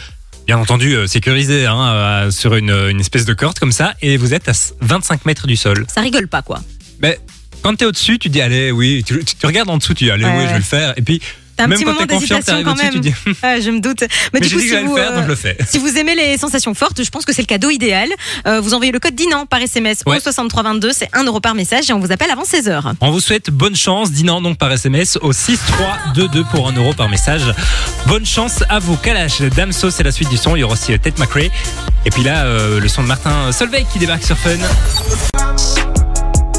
Speaker 1: bien entendu euh, sécurisé hein, euh, sur une, euh, une espèce de corde comme ça, et vous êtes à s- 25 mètres du sol.
Speaker 2: Ça rigole pas quoi.
Speaker 1: Mais quand t'es au-dessus, tu dis allez oui, tu, tu- tu regardes en dessous, tu dis allez
Speaker 2: Ouais.
Speaker 1: oui, je vais le faire, et puis
Speaker 2: T'as un
Speaker 1: même
Speaker 2: petit
Speaker 1: quand
Speaker 2: moment
Speaker 1: t'es confiant,
Speaker 2: d'hésitation
Speaker 1: t'arrives
Speaker 2: quand
Speaker 1: au-dessus,
Speaker 2: même.
Speaker 1: tu dis
Speaker 2: Ouais, Ah, je me doute. Mais
Speaker 1: mais
Speaker 2: du
Speaker 1: j'ai
Speaker 2: coup,
Speaker 1: dit que
Speaker 2: si
Speaker 1: j'allais le
Speaker 2: vous,
Speaker 1: faire, donc
Speaker 2: euh,
Speaker 1: je le fais.
Speaker 2: si vous aimez les sensations fortes, je pense que c'est le cadeau idéal. Euh, vous envoyez le code Dinan par SMS
Speaker 1: Ouais.
Speaker 2: au 6322, c'est 1 euro par message et on vous appelle avant 16h.
Speaker 1: On vous souhaite bonne chance, Dinan donc par SMS au 6322 pour 1 euro par message. Bonne chance à vous, Kalash, Damso, c'est la suite du son, il y aura aussi euh, Ted McRae, et puis là, euh, le son de Martin Solveig qui débarque sur Fun.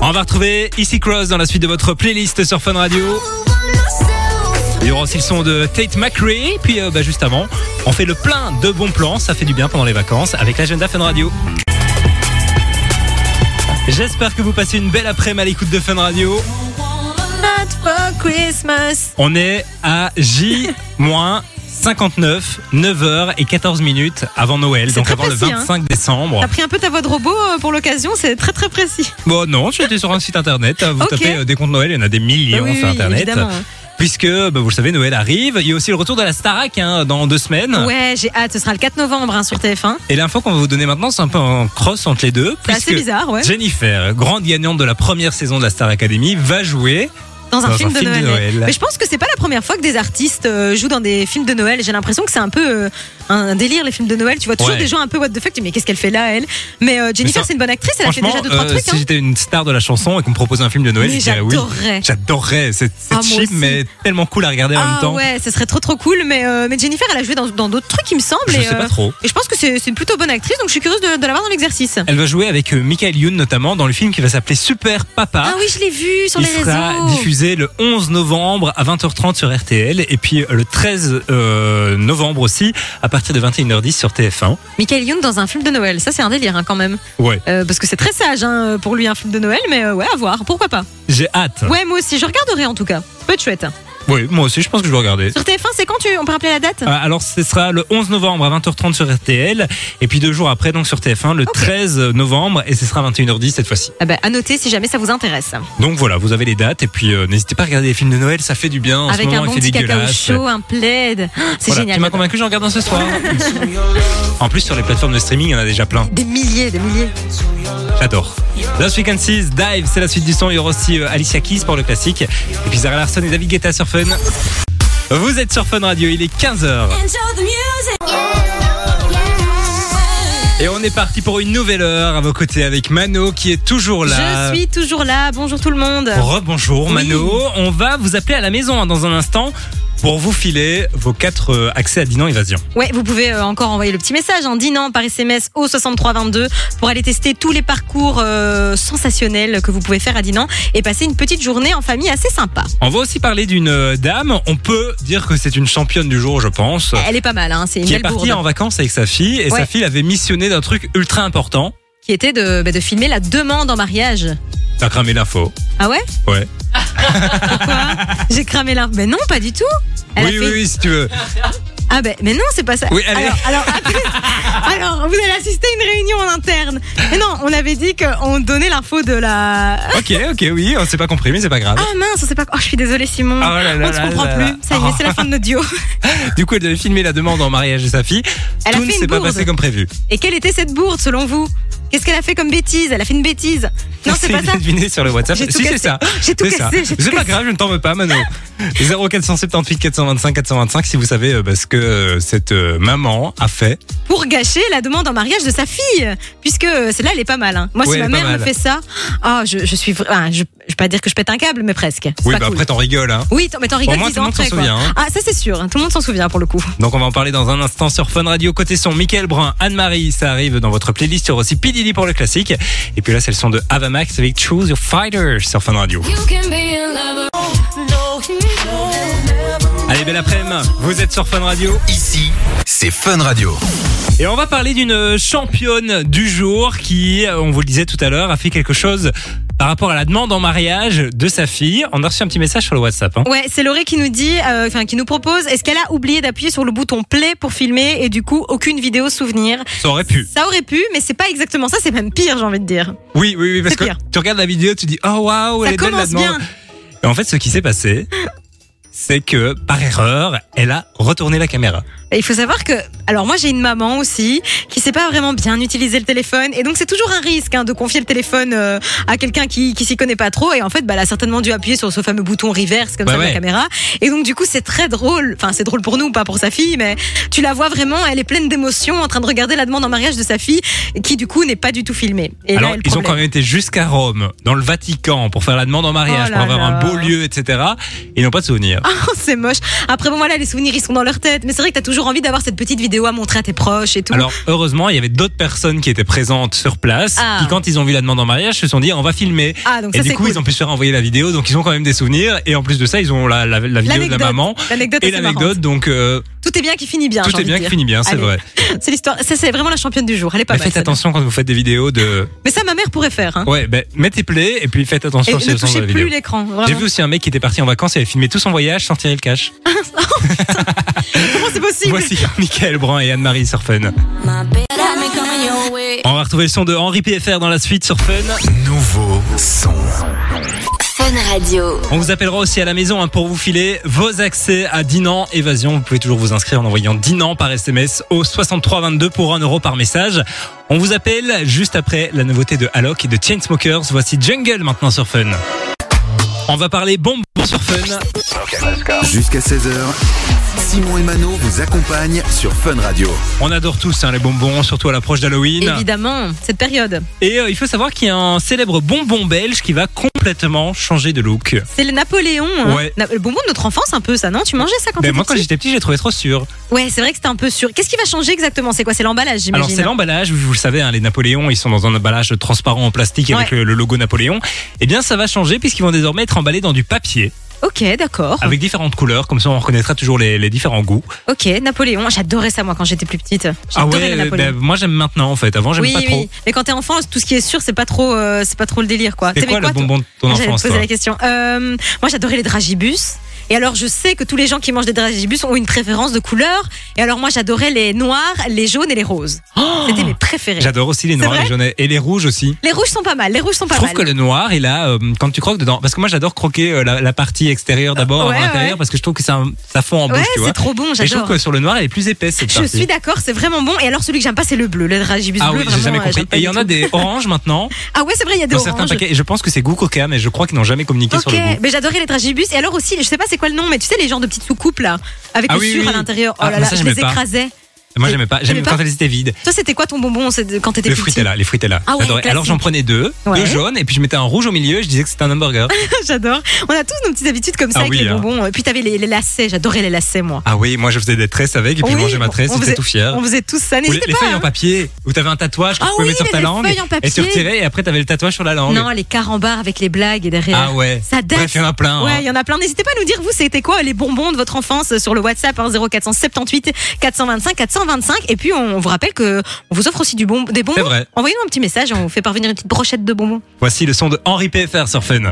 Speaker 1: On va retrouver Icy Cross dans la suite de votre playlist sur Fun Radio. Il y aura aussi le son de Tate McRae, puis euh, bah, juste avant, on fait le plein de bons plans, ça fait du bien pendant les vacances avec l'agenda Fun Radio. J'espère que vous passez une belle après-midi à l'écoute de Fun Radio.
Speaker 2: Not for Christmas.
Speaker 1: On est à J-59, 9h et 14 minutes avant Noël,
Speaker 2: C'est
Speaker 1: donc
Speaker 2: très
Speaker 1: avant le
Speaker 2: précis, hein.
Speaker 1: 25 décembre.
Speaker 2: T'as pris un peu ta voix de robot euh, pour l'occasion, c'est très très précis.
Speaker 1: Bon, non, j'étais sur un site internet. Vous
Speaker 2: Ok.
Speaker 1: tapez euh, des comptes Noël, il y en a des millions
Speaker 2: Bah oui,
Speaker 1: sur
Speaker 2: oui,
Speaker 1: internet.
Speaker 2: évidemment.
Speaker 1: Puisque, bah, vous le savez, Noël arrive. Il y a aussi le retour de la Starac hein, dans deux semaines.
Speaker 2: Ouais, j'ai hâte, ce sera le 4 novembre hein, sur TF1.
Speaker 1: Et l'info qu'on va vous donner maintenant, c'est un peu en cross entre les deux.
Speaker 2: C'est assez
Speaker 1: puisque
Speaker 2: bizarre, ouais.
Speaker 1: Jennifer, grande gagnante de la première saison de la Star Academy, va jouer.
Speaker 2: Dans un,
Speaker 1: Dans
Speaker 2: film,
Speaker 1: un
Speaker 2: de,
Speaker 1: film de
Speaker 2: Noël.
Speaker 1: Noël.
Speaker 2: Mais je pense que c'est pas la première fois que des artistes euh, jouent dans des films de Noël. J'ai l'impression que c'est un peu euh, un délire les films de Noël. Tu vois toujours
Speaker 1: Ouais.
Speaker 2: des gens un peu what the fuck. Tu dis mais qu'est-ce qu'elle fait là elle Mais euh, Jennifer
Speaker 1: ça-
Speaker 2: c'est une bonne actrice. Elle a fait
Speaker 1: Franchement,
Speaker 2: déjà deux trois
Speaker 1: euh,
Speaker 2: trucs.
Speaker 1: si
Speaker 2: hein.
Speaker 1: j'étais une star de la chanson et qu'on me proposait un film de Noël,
Speaker 2: Mais
Speaker 1: je dirais oui.
Speaker 2: j'adorerais.
Speaker 1: J'adorerais. C'est c'est
Speaker 2: Ah, moi
Speaker 1: cheap,
Speaker 2: aussi.
Speaker 1: mais tellement cool à regarder en
Speaker 2: Ah
Speaker 1: même temps.
Speaker 2: ouais, ce serait trop trop cool. Mais, euh, mais Jennifer elle a joué dans dans d'autres trucs il me semble.
Speaker 1: Je
Speaker 2: et,
Speaker 1: sais
Speaker 2: euh,
Speaker 1: pas trop.
Speaker 2: Et je pense que c'est c'est une plutôt bonne actrice donc je suis curieuse de, de la voir dans l'exercice.
Speaker 1: Elle va jouer avec euh, Michael Youn notamment dans le film qui va s'appeler Super Papa.
Speaker 2: Ah oui je l'ai vue sur
Speaker 1: Il
Speaker 2: les
Speaker 1: sera
Speaker 2: réseaux.
Speaker 1: diffusé le 11 novembre à 20h30 sur RTL et puis euh, le 13 euh, novembre aussi à partir de 21h10 sur TF1.
Speaker 2: Michael Youn dans un film de Noël. Ça c'est un délire hein, quand même.
Speaker 1: Ouais,
Speaker 2: Euh, parce que c'est très sage hein, pour lui un film de Noël. Mais euh, ouais à voir pourquoi pas.
Speaker 1: j'ai hâte.
Speaker 2: Ouais moi aussi je regarderai en tout cas. Ça peut être chouette.
Speaker 1: Oui, moi aussi, je pense que je vais regarder.
Speaker 2: Sur TF1, c'est quand tu... On peut rappeler la date
Speaker 1: Euh, Alors, ce sera le 11 novembre à 20h30 sur RTL, et puis deux jours après, donc sur TF1, le 13 novembre, et ce sera 21h10 cette fois-ci.
Speaker 2: ah bah, À noter si jamais ça vous intéresse.
Speaker 1: Donc voilà, vous avez les dates, et puis euh, n'hésitez pas à regarder les films de Noël, ça fait du bien. En
Speaker 2: Avec
Speaker 1: ce
Speaker 2: un
Speaker 1: moment,
Speaker 2: bon
Speaker 1: il fait
Speaker 2: petit cacao
Speaker 1: dégueulasse.
Speaker 2: chaud, un plaid. Ah, C'est
Speaker 1: Voilà,
Speaker 2: génial.
Speaker 1: tu m'as
Speaker 2: j'adore.
Speaker 1: convaincu, j'en regarde un
Speaker 2: <laughs>
Speaker 1: ce soir. en plus, sur les plateformes de streaming, il y en a déjà plein.
Speaker 2: Des milliers, des milliers.
Speaker 1: J'adore. Last Weekend 6, Dive, c'est la suite du son. Il y aura aussi euh, Alicia Keys pour le classique. Et puis Zara Larson et David Guetta sur Fun. Vous êtes sur Fun Radio, il est 15h. Et on est parti pour une nouvelle heure à vos côtés avec Mano qui est toujours là.
Speaker 2: Je suis toujours là. Bonjour tout le monde.
Speaker 1: Rebonjour
Speaker 2: Oui.
Speaker 1: Mano. On va vous appeler à la maison hein, dans un instant pour vous filer vos quatre euh, accès à Dinan Évasion.
Speaker 2: Ouais, vous pouvez euh, encore envoyer le petit message en Dinan par SMS au 6322 pour aller tester tous les parcours euh, sensationnels que vous pouvez faire à Dinan et passer une petite journée en famille assez sympa.
Speaker 1: On va aussi parler d'une euh, dame. On peut dire que c'est une championne du jour, je pense.
Speaker 2: Elle est pas mal, hein, c'est une
Speaker 1: qui est
Speaker 2: belle
Speaker 1: partie
Speaker 2: bourde.
Speaker 1: en vacances avec sa fille et
Speaker 2: Ouais.
Speaker 1: sa fille l'avait missionné d'un truc ultra important.
Speaker 2: Qui était de, bah, de filmer la demande en mariage.
Speaker 1: T'as cramé l'info.
Speaker 2: Ah ouais
Speaker 1: Ouais.
Speaker 2: J'ai cramé l'arbre. Mais non, pas du tout. Elle a
Speaker 1: oui,
Speaker 2: fait-
Speaker 1: oui, oui, si tu
Speaker 2: <laughs>
Speaker 1: veux.
Speaker 2: Ah ben, mais non, c'est pas ça.
Speaker 1: Oui, allez.
Speaker 2: Alors, alors, après- alors, vous allez assister à une réunion en interne. Mais non, on avait dit qu'on donnait l'info de la.
Speaker 1: ok, ok, oui, on s'est pas compris, mais c'est pas grave.
Speaker 2: Ah mince, on sait pas. Oh, je suis désolée, Simon.
Speaker 1: Oh là là
Speaker 2: on se
Speaker 1: là
Speaker 2: comprend
Speaker 1: là
Speaker 2: plus.
Speaker 1: là. Oh.
Speaker 2: Ça y est, c'est la fin de notre duo.
Speaker 1: Du coup, elle devait filmer la demande en mariage de sa fille.
Speaker 2: Elle a
Speaker 1: Tout
Speaker 2: fait
Speaker 1: ne
Speaker 2: une
Speaker 1: s'est pas
Speaker 2: bourde.
Speaker 1: passé comme prévu.
Speaker 2: Et quelle était cette bourde selon vous Qu'est-ce qu'elle a fait comme bêtise Elle a fait une bêtise. Non, c'est
Speaker 1: Essayez
Speaker 2: pas
Speaker 1: de
Speaker 2: ça.
Speaker 1: deviner sur le WhatsApp.
Speaker 2: J'ai tout
Speaker 1: Si, c'est
Speaker 2: cassé.
Speaker 1: ça.
Speaker 2: J'ai tout
Speaker 1: C'est ça.
Speaker 2: cassé, j'ai tout
Speaker 1: C'est pas
Speaker 2: cassé.
Speaker 1: grave, je ne t'en veux pas, Manon. 0478 425 425 si vous savez euh, bah, ce que euh, cette euh, maman a fait.
Speaker 2: pour gâcher la demande en mariage de sa fille, puisque euh, celle-là, elle est pas mal. hein. Moi,
Speaker 1: Ouais,
Speaker 2: si
Speaker 1: elle
Speaker 2: ma
Speaker 1: est
Speaker 2: mère
Speaker 1: pas
Speaker 2: me
Speaker 1: mal.
Speaker 2: fait ça, ah, je, je suis, vra- ah, je, je vais pas dire que je pète un câble, mais presque. C'est
Speaker 1: Oui,
Speaker 2: pas
Speaker 1: bah
Speaker 2: cool.
Speaker 1: après t'en rigoles. Hein.
Speaker 2: Oui, t'en- mais t'en rigoles
Speaker 1: moins,
Speaker 2: dix
Speaker 1: tout le
Speaker 2: ans
Speaker 1: monde s'en
Speaker 2: après, quoi.
Speaker 1: souvient, hein.
Speaker 2: Ah, ça c'est sûr, hein, tout le monde s'en souvient pour le coup.
Speaker 1: Donc on va en parler dans un instant sur Fun Radio côté son. Michael Brun, Anne-Marie, ça arrive dans votre playlist. Il y aura aussi P. Diddy pour le classique. Et puis là, c'est le son de Avamax avec Choose Your Fighter sur Fun Radio. Allez, belle après-midi. Vous êtes sur Fun Radio.
Speaker 3: Ici, c'est Fun Radio.
Speaker 1: Et on va parler d'une euh, championne du jour qui, euh, on vous le disait tout à l'heure, a fait quelque chose par rapport à la demande en mariage de sa fille. On a reçu un petit message sur le WhatsApp. hein.
Speaker 2: Ouais, c'est Lauré qui nous dit, euh, enfin qui nous propose, est-ce qu'elle a oublié d'appuyer sur le bouton play pour filmer et du coup aucune vidéo souvenir
Speaker 1: Ça aurait pu.
Speaker 2: Ça aurait pu, mais c'est pas exactement ça, c'est même pire, j'ai envie de dire.
Speaker 1: Oui, oui, oui, parce
Speaker 2: C'est
Speaker 1: que
Speaker 2: pire.
Speaker 1: tu regardes la vidéo, tu dis oh waouh, elle
Speaker 2: ça
Speaker 1: est belle la
Speaker 2: commence
Speaker 1: demande.
Speaker 2: bien.
Speaker 1: Et en fait, ce qui s'est passé, c'est que par erreur, elle a retourné la caméra.
Speaker 2: Et il faut savoir que, alors moi j'ai une maman aussi qui sait pas vraiment bien utiliser le téléphone et donc c'est toujours un risque hein, de confier le téléphone euh, à quelqu'un qui, qui s'y connaît pas trop et en fait bah, elle a certainement dû appuyer sur ce fameux bouton reverse comme
Speaker 1: Bah
Speaker 2: ça de
Speaker 1: ouais.
Speaker 2: la caméra et donc du coup c'est très drôle, enfin c'est drôle pour nous pas pour sa fille mais tu la vois vraiment elle est pleine d'émotions en train de regarder la demande en mariage de sa fille qui du coup n'est pas du tout filmée. Et
Speaker 1: Alors,
Speaker 2: là, est le
Speaker 1: ils ont
Speaker 2: problème.
Speaker 1: quand même été jusqu'à Rome, dans le Vatican, pour faire la demande en mariage,
Speaker 2: Oh
Speaker 1: pour
Speaker 2: là
Speaker 1: avoir
Speaker 2: là.
Speaker 1: un beau lieu, etc. Et ils n'ont pas de souvenirs.
Speaker 2: <laughs> c'est moche. Après bon voilà les souvenirs ils sont dans leur tête mais c'est vrai que t'as toujours envie d'avoir cette petite vidéo à montrer à tes proches et tout.
Speaker 1: Alors, heureusement, il y avait d'autres personnes qui étaient présentes sur place,
Speaker 2: Ah.
Speaker 1: qui, quand ils ont vu la demande en mariage, se sont dit, on va filmer.
Speaker 2: ah donc
Speaker 1: et
Speaker 2: ça
Speaker 1: du
Speaker 2: c'est
Speaker 1: coup,
Speaker 2: cool.
Speaker 1: ils ont pu se faire envoyer la vidéo, donc ils ont quand même des souvenirs. Et en plus de ça, ils ont la, la- la vidéo de la
Speaker 2: L'anecdote.
Speaker 1: maman.
Speaker 2: L'anecdote
Speaker 1: Et
Speaker 2: assez marrante.
Speaker 1: l'anecdote, donc euh,
Speaker 2: Tout est bien qui finit bien. j'ai
Speaker 1: tout est
Speaker 2: envie de
Speaker 1: bien qui
Speaker 2: dire.
Speaker 1: finit bien, c'est
Speaker 2: Allez.
Speaker 1: vrai.
Speaker 2: <laughs> C'est l'histoire. Ça, c'est vraiment la championne du jour. Elle est pas
Speaker 1: Mais
Speaker 2: mal.
Speaker 1: faites
Speaker 2: celle-là.
Speaker 1: attention quand vous faites des
Speaker 2: <laughs>
Speaker 1: vidéos de.
Speaker 2: Mais ça, ma mère pourrait faire. Hein.
Speaker 1: Ouais, ben mettez play et puis faites attention
Speaker 2: Et
Speaker 1: si
Speaker 2: ne
Speaker 1: le sens de
Speaker 2: touchez
Speaker 1: la
Speaker 2: plus
Speaker 1: vidéo.
Speaker 2: l'écran.
Speaker 1: J'ai
Speaker 2: Vraiment.
Speaker 1: vu aussi un mec qui était parti en vacances et avait filmé tout son voyage sans tirer le cash.
Speaker 2: Comment c'est possible
Speaker 1: Voici <laughs> Michael Brun et Anne-Marie sur Fun. On va retrouver le son de Henri PFR dans la suite sur Fun.
Speaker 3: Nouveau son.
Speaker 4: Fun Radio.
Speaker 1: On vous appellera aussi à la maison hein, pour vous filer vos accès à Dinan Évasion. Vous pouvez toujours vous inscrire en envoyant Dinan par SMS au 6322 pour 1 euro par message. On vous appelle juste après la nouveauté de Alok et de Chainsmokers. Voici Jungle maintenant sur Fun. On va parler bonbons sur Fun.
Speaker 3: Jusqu'à 16h, Simon et Mano vous accompagnent sur Fun Radio.
Speaker 1: On adore tous hein, les bonbons, surtout à l'approche d'Halloween.
Speaker 2: Évidemment, cette période.
Speaker 1: Et euh, il faut savoir qu'il y a un célèbre bonbon belge qui va complètement changer de look.
Speaker 2: C'est le Napoléon. hein.
Speaker 1: Ouais.
Speaker 2: Na- Le bonbon de notre enfance, un peu, ça, non Tu mangeais ça quand
Speaker 1: Ben,
Speaker 2: t'étais
Speaker 1: moi, quand
Speaker 2: petit
Speaker 1: j'étais petit, j'ai trouvé trop sûr.
Speaker 2: Ouais, c'est vrai que c'était un peu sûr. Qu'est-ce qui va changer exactement C'est quoi C'est l'emballage,
Speaker 1: Alors, c'est
Speaker 2: j'imagine.
Speaker 1: l'emballage. Vous le savez, hein, les Napoléons, ils sont dans un emballage transparent en plastique avec le, le logo Napoléon. Eh bien, ça va changer puisqu'ils vont désormais être emballés dans du papier
Speaker 2: Ok, d'accord.
Speaker 1: avec différentes couleurs. Comme ça, on reconnaîtra toujours les, les différents goûts.
Speaker 2: Ok, Napoléon. J'adorais ça, moi, quand j'étais plus petite.
Speaker 1: Ah
Speaker 2: J'adorais
Speaker 1: ouais,
Speaker 2: le Napoléon.
Speaker 1: ben, moi, j'aime maintenant, en fait. Avant, j'aime
Speaker 2: oui,
Speaker 1: pas trop.
Speaker 2: oui. Mais quand t'es enfant, tout ce qui est sûr, c'est pas trop, euh, c'est pas trop le délire, quoi.
Speaker 1: C'est
Speaker 2: T'aimais
Speaker 1: quoi le
Speaker 2: toi
Speaker 1: bonbon de ton
Speaker 2: J'allais te
Speaker 1: enfance,
Speaker 2: poser
Speaker 1: toi
Speaker 2: la question. Euh, moi, j'adorais les dragibus. Et alors, je sais que tous les gens qui mangent des dragibus ont une préférence de couleur. Et alors, moi, j'adorais les noirs, les jaunes et les roses. C'était mes préférés.
Speaker 1: Oh J'adore aussi les noirs,
Speaker 2: vrai
Speaker 1: les jaunes et les rouges aussi.
Speaker 2: Les rouges sont pas mal. Les rouges sont
Speaker 1: Je
Speaker 2: pas
Speaker 1: trouve
Speaker 2: mal.
Speaker 1: que le noir, il a, euh, quand tu croques dedans, parce que moi j'adore croquer euh, la, la partie extérieure d'abord
Speaker 2: Ouais,
Speaker 1: avant l'intérieur,
Speaker 2: ouais.
Speaker 1: parce que je trouve que ça, ça fond en bouche,
Speaker 2: ouais,
Speaker 1: tu vois.
Speaker 2: c'est trop bon.
Speaker 1: Et je trouve
Speaker 2: J'adore.
Speaker 1: que sur le noir, elle est plus épaisse cette
Speaker 2: Je
Speaker 1: partie.
Speaker 2: suis d'accord, c'est vraiment bon. Et alors, celui que j'aime pas, c'est le bleu, le dragibus
Speaker 1: ah
Speaker 2: bleu.
Speaker 1: oui, j'ai
Speaker 2: vraiment,
Speaker 1: jamais
Speaker 2: euh,
Speaker 1: compris.
Speaker 2: j'aime pas
Speaker 1: Et il
Speaker 2: du
Speaker 1: y en a
Speaker 2: tout.
Speaker 1: des oranges maintenant,
Speaker 2: Ah ouais, c'est vrai, il y a des
Speaker 1: dans certains
Speaker 2: oranges.
Speaker 1: paquets. Et je pense que c'est goût coca, mais je crois qu'ils n'ont jamais communiqué sur
Speaker 2: Ok,
Speaker 1: le goût.
Speaker 2: mais j'adorais les dragibus. Et alors aussi, je sais pas c'est quoi le nom, mais tu sais, les genres de petites soucoupes là, avec
Speaker 1: Ah
Speaker 2: le
Speaker 1: oui,
Speaker 2: sucre
Speaker 1: oui.
Speaker 2: à l'intérieur. Oh
Speaker 1: Ah,
Speaker 2: là
Speaker 1: mais
Speaker 2: là,
Speaker 1: ça,
Speaker 2: je
Speaker 1: j'aimais
Speaker 2: les
Speaker 1: pas.
Speaker 2: écrasais.
Speaker 1: Moi j'aimais pas, j'aimais
Speaker 2: T'aimais
Speaker 1: quand
Speaker 2: pas
Speaker 1: elles étaient vides.
Speaker 2: Toi, c'était quoi ton bonbon c'est- quand t'étais
Speaker 1: Le
Speaker 2: plus
Speaker 1: fruit
Speaker 2: petit
Speaker 1: est là, les fruits étaient là.
Speaker 2: Ah ouais,
Speaker 1: J'adorais. Alors
Speaker 2: classique.
Speaker 1: j'en prenais deux, deux
Speaker 2: Ouais.
Speaker 1: jaunes, et puis je mettais un rouge au milieu, et je disais que c'était un hamburger.
Speaker 2: <laughs> J'adore. On a tous nos petites habitudes comme ça
Speaker 1: Ah
Speaker 2: avec
Speaker 1: oui,
Speaker 2: les
Speaker 1: hein.
Speaker 2: bonbons. Et puis t'avais les, les lacets. J'adorais les lacets, moi.
Speaker 1: Ah oui, moi je faisais des tresses avec, et puis
Speaker 2: Oui,
Speaker 1: je mangeais ma tresse,
Speaker 2: on
Speaker 1: j'étais
Speaker 2: faisait-
Speaker 1: tout fier.
Speaker 2: On faisait tous ça.
Speaker 1: Ou les,
Speaker 2: N'hésitez
Speaker 1: les
Speaker 2: pas.
Speaker 1: feuilles en
Speaker 2: hein.
Speaker 1: papier, où t'avais un tatouage que
Speaker 2: Ah
Speaker 1: tu pouvais
Speaker 2: oui,
Speaker 1: mettre sur
Speaker 2: les
Speaker 1: ta langue,
Speaker 2: feuilles en
Speaker 1: et tu
Speaker 2: papier.
Speaker 1: retirais, et après t'avais le tatouage sur la langue.
Speaker 2: Non, les carambars avec les blagues derrière.
Speaker 1: Ah ouais.
Speaker 2: Ça date.
Speaker 1: Bref, il y en a plein. hein.
Speaker 2: Ouais, il y en a plein. N'hésitez pas à nous dire, vous, c'était quoi les bonbons de votre enfance sur le WhatsApp hein, 0478 425 425. Et puis, on vous rappelle que on vous offre aussi du bon, des
Speaker 1: C'est
Speaker 2: bonbons.
Speaker 1: vrai.
Speaker 2: Envoyez-nous un petit message, on vous fait parvenir une petite brochette de bonbons.
Speaker 1: Voici le son de Henri PFR sur Fun.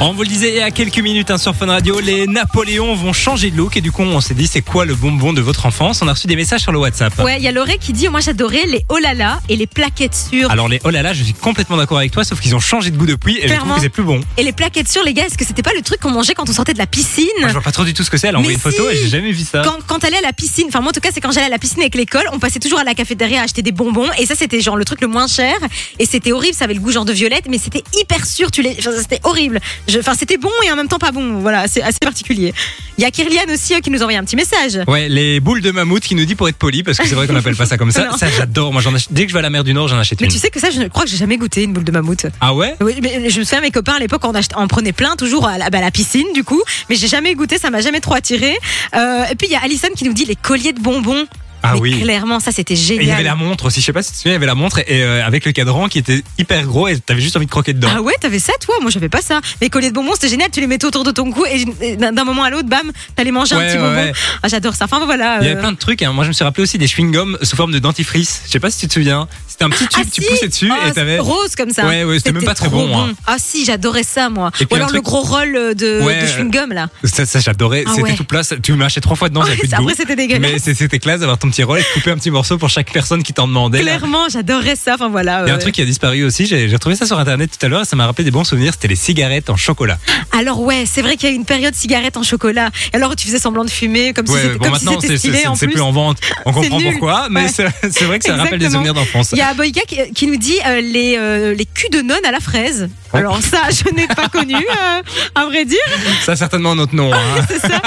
Speaker 1: On vous le disait il y a quelques minutes hein, sur Fun Radio, les Napoléons vont changer de look et du coup on s'est dit c'est quoi le bonbon de votre enfance On a reçu des messages sur le WhatsApp.
Speaker 2: Ouais, il y a Lauré qui dit, moi, j'adorais les oh là là et les plaquettes sûres.
Speaker 1: Alors les oh là là, je suis complètement d'accord avec toi, sauf qu'ils ont changé de goût depuis et je
Speaker 2: Clairement.
Speaker 1: trouve que c'est plus bon.
Speaker 2: Et les plaquettes sûres, les gars, est-ce que c'était pas le truc qu'on mangeait quand on sortait de la piscine
Speaker 1: Moi je vois pas trop du tout ce que c'est, elle a
Speaker 2: Mais
Speaker 1: envoyé une photo
Speaker 2: si
Speaker 1: et j'ai jamais vu ça.
Speaker 2: quand, quand t'allais à la piscine, enfin moi en tout cas c'est quand j'allais à la piscine avec l'école, on passait toujours à la cafétéria à acheter des bonbons et ça c'était genre le truc le moins cher et c'était horrible, ça avait le goût genre de violette mais c'était hyper sûr, tu les, enfin, c'était horrible. je- Enfin, c'était bon et en même temps pas bon. Voilà, c'est assez particulier. Il y a Kyrian aussi euh, qui nous envoyait un petit message.
Speaker 1: Ouais, les boules de mammouth qui nous dit pour être poli, parce que c'est vrai qu'on appelle pas ça comme ça.
Speaker 2: <laughs> Non.
Speaker 1: Ça, j'adore. Moi, j'en achète- dès que je vais à la mer du Nord, j'en achète
Speaker 2: Mais
Speaker 1: une.
Speaker 2: tu sais que ça, je crois que j'ai jamais goûté une boule de mammouth.
Speaker 1: Ah ouais
Speaker 2: Oui, mais je me souviens, mes copains à l'époque, on, achetait- on prenait plein toujours à la, bah, à la piscine, du coup. Mais j'ai jamais goûté, ça m'a jamais trop attiré. Euh, et puis il y a Alison qui nous dit les colliers de bonbons.
Speaker 1: Ah
Speaker 2: Mais
Speaker 1: oui.
Speaker 2: Clairement, ça c'était
Speaker 1: Et il y avait
Speaker 2: génial.
Speaker 1: la montre aussi, je sais pas si tu te souviens, il y avait la montre et, euh, avec le cadran qui était hyper gros et t'avais juste envie de croquer dedans.
Speaker 2: Ah ouais, t'avais ça toi Moi j'avais pas ça. Mes colliers de bonbons, c'était génial, tu les mettais autour de ton cou et et d'un d'un moment à l'autre, bam, t'allais manger
Speaker 1: Ouais,
Speaker 2: un petit
Speaker 1: ouais,
Speaker 2: bonbon.
Speaker 1: ouais.
Speaker 2: Ah, J'adore ça. Enfin voilà.
Speaker 1: Il y
Speaker 2: euh,
Speaker 1: avait plein de trucs. hein. Moi, je me suis rappelé aussi des chewing-gums sous forme de dentifrice. Je sais pas si tu te souviens. C'était un petit tube,
Speaker 2: Ah,
Speaker 1: tu
Speaker 2: si
Speaker 1: poussais dessus
Speaker 2: Ah,
Speaker 1: et t'avais.
Speaker 2: rose comme ça.
Speaker 1: Ouais, ouais, c'était même pas très
Speaker 2: trop
Speaker 1: bon, hein.
Speaker 2: Ah si, j'adorais ça moi.
Speaker 1: Et
Speaker 2: Ou
Speaker 1: puis un
Speaker 2: alors le
Speaker 1: truc-
Speaker 2: gros roll euh, de,
Speaker 1: Ouais,
Speaker 2: de chewing-gum là.
Speaker 1: Ça, ça, j'adorais.
Speaker 2: Ah
Speaker 1: c'était
Speaker 2: ouais. Ah
Speaker 1: tout plat. ça- Tu me lâchais trois fois dedans, j'avais plus de goût.
Speaker 2: Après c'était
Speaker 1: Mais
Speaker 2: dégueulasse.
Speaker 1: c'est- c'était classe d'avoir ton petit rôle et de couper un petit morceau pour chaque personne qui t'en demandait. là.
Speaker 2: Clairement, j'adorais ça. Enfin voilà. euh.
Speaker 1: Il y a un
Speaker 2: ouais.
Speaker 1: truc qui a disparu aussi, j'ai j'ai retrouvé ça sur internet tout à l'heure, ça m'a rappelé des bons souvenirs, c'était les cigarettes en chocolat.
Speaker 2: Ah, Alors ouais, c'est vrai qu'il y a eu une période cigarette en chocolat. Et alors tu faisais semblant de fumer, comme si
Speaker 1: Ouais,
Speaker 2: c'était
Speaker 1: bon
Speaker 2: comme si
Speaker 1: maintenant
Speaker 2: c'était
Speaker 1: c'est-
Speaker 2: stylé
Speaker 1: c'est
Speaker 2: en
Speaker 1: c'est
Speaker 2: plus.
Speaker 1: plus en vente, on
Speaker 2: C'est
Speaker 1: comprend
Speaker 2: nul.
Speaker 1: pourquoi, mais
Speaker 2: Ouais.
Speaker 1: c'est c'est vrai que ça rappelle des
Speaker 2: Exactement.
Speaker 1: souvenirs d'enfance.
Speaker 2: Il y a Boyka qui, qui nous dit euh, les, euh, les culs de nonne à la fraise.
Speaker 1: Oh.
Speaker 2: Alors ça, je n'ai pas connu, euh, à vrai dire,
Speaker 1: Ça certainement notre nom. hein.
Speaker 2: c'est ça.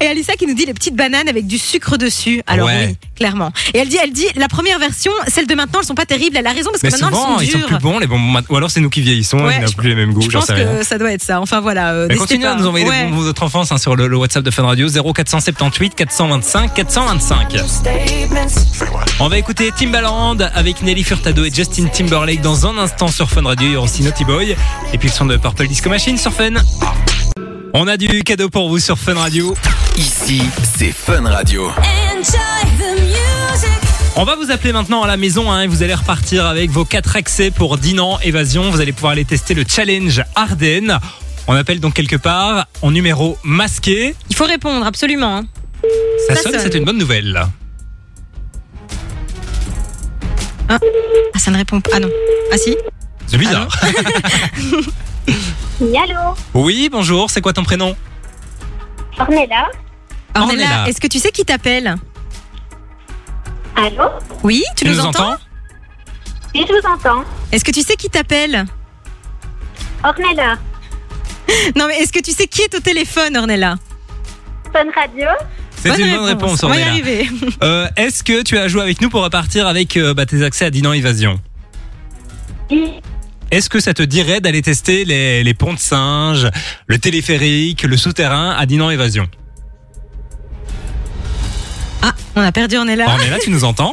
Speaker 2: Et Alissa qui nous dit les petites bananes avec du sucre dessus. Alors
Speaker 1: Ouais.
Speaker 2: oui, clairement. Et elle dit, elle dit, la première version, celles de maintenant, elles sont pas terribles. Elle a raison parce que
Speaker 1: Mais
Speaker 2: maintenant
Speaker 1: souvent
Speaker 2: elles
Speaker 1: ils
Speaker 2: sont
Speaker 1: sont
Speaker 2: dures.
Speaker 1: plus bons, les bonbons, mat- ou alors c'est nous qui vieillissons,
Speaker 2: Ouais,
Speaker 1: on n'a
Speaker 2: je-
Speaker 1: plus les mêmes goûts,
Speaker 2: je
Speaker 1: j'en
Speaker 2: pense
Speaker 1: sais rien.
Speaker 2: que ça doit être ça. Enfin voilà. euh,
Speaker 1: Mais
Speaker 2: n'hésitez
Speaker 1: continuez à
Speaker 2: pas.
Speaker 1: nous envoyer
Speaker 2: Ouais.
Speaker 1: des bonbons de votre enfance hein, sur le, le WhatsApp de Fun Radio 0478 425 425. On va écouter Timbaland avec Nelly Furtado et Justin Timberlake dans un instant sur Fun Radio. Il y aura aussi Naughty Boy et puis le son de Purple Disco Machine sur Fun. On a du cadeau pour vous sur Fun Radio.
Speaker 3: Ici, c'est Fun Radio.
Speaker 1: On va vous appeler maintenant à la maison hein, et vous allez repartir avec vos quatre accès pour Dinan Évasion. Vous allez pouvoir aller tester le challenge Ardennes. On appelle donc quelque part en numéro masqué.
Speaker 2: Il faut répondre absolument. hein.
Speaker 1: Ça,
Speaker 2: Ça
Speaker 1: sonne,
Speaker 2: sonne.
Speaker 1: c'est une bonne nouvelle.
Speaker 2: Ah ça ne répond pas. Ah non. Ah si.
Speaker 1: C'est bizarre.
Speaker 6: Oui, allô
Speaker 1: Oui, bonjour, c'est quoi ton prénom
Speaker 6: Ornella
Speaker 1: Ornella,
Speaker 2: Ornella, est-ce que tu sais qui t'appelle
Speaker 6: Allô
Speaker 2: Oui, tu, nous, entends,
Speaker 6: Oui, je vous entends.
Speaker 2: Est-ce que tu sais qui t'appelle
Speaker 6: Ornella,
Speaker 2: Non, mais est-ce que tu sais qui est au téléphone, Ornella
Speaker 6: Fun Radio
Speaker 1: C'est une bonne réponse,
Speaker 2: On va y
Speaker 1: Ornella.
Speaker 2: arriver.
Speaker 1: Euh, Est-ce que tu as joué avec nous pour repartir avec euh, bah, tes accès à Dinan Évasion
Speaker 6: Oui,
Speaker 1: Est-ce que ça te dirait d'aller tester les, les ponts de singes, le téléphérique, le souterrain à Dinan Évasion
Speaker 2: Ah, on a perdu Ornella.
Speaker 1: Ornella, tu
Speaker 2: <laughs>
Speaker 1: nous entends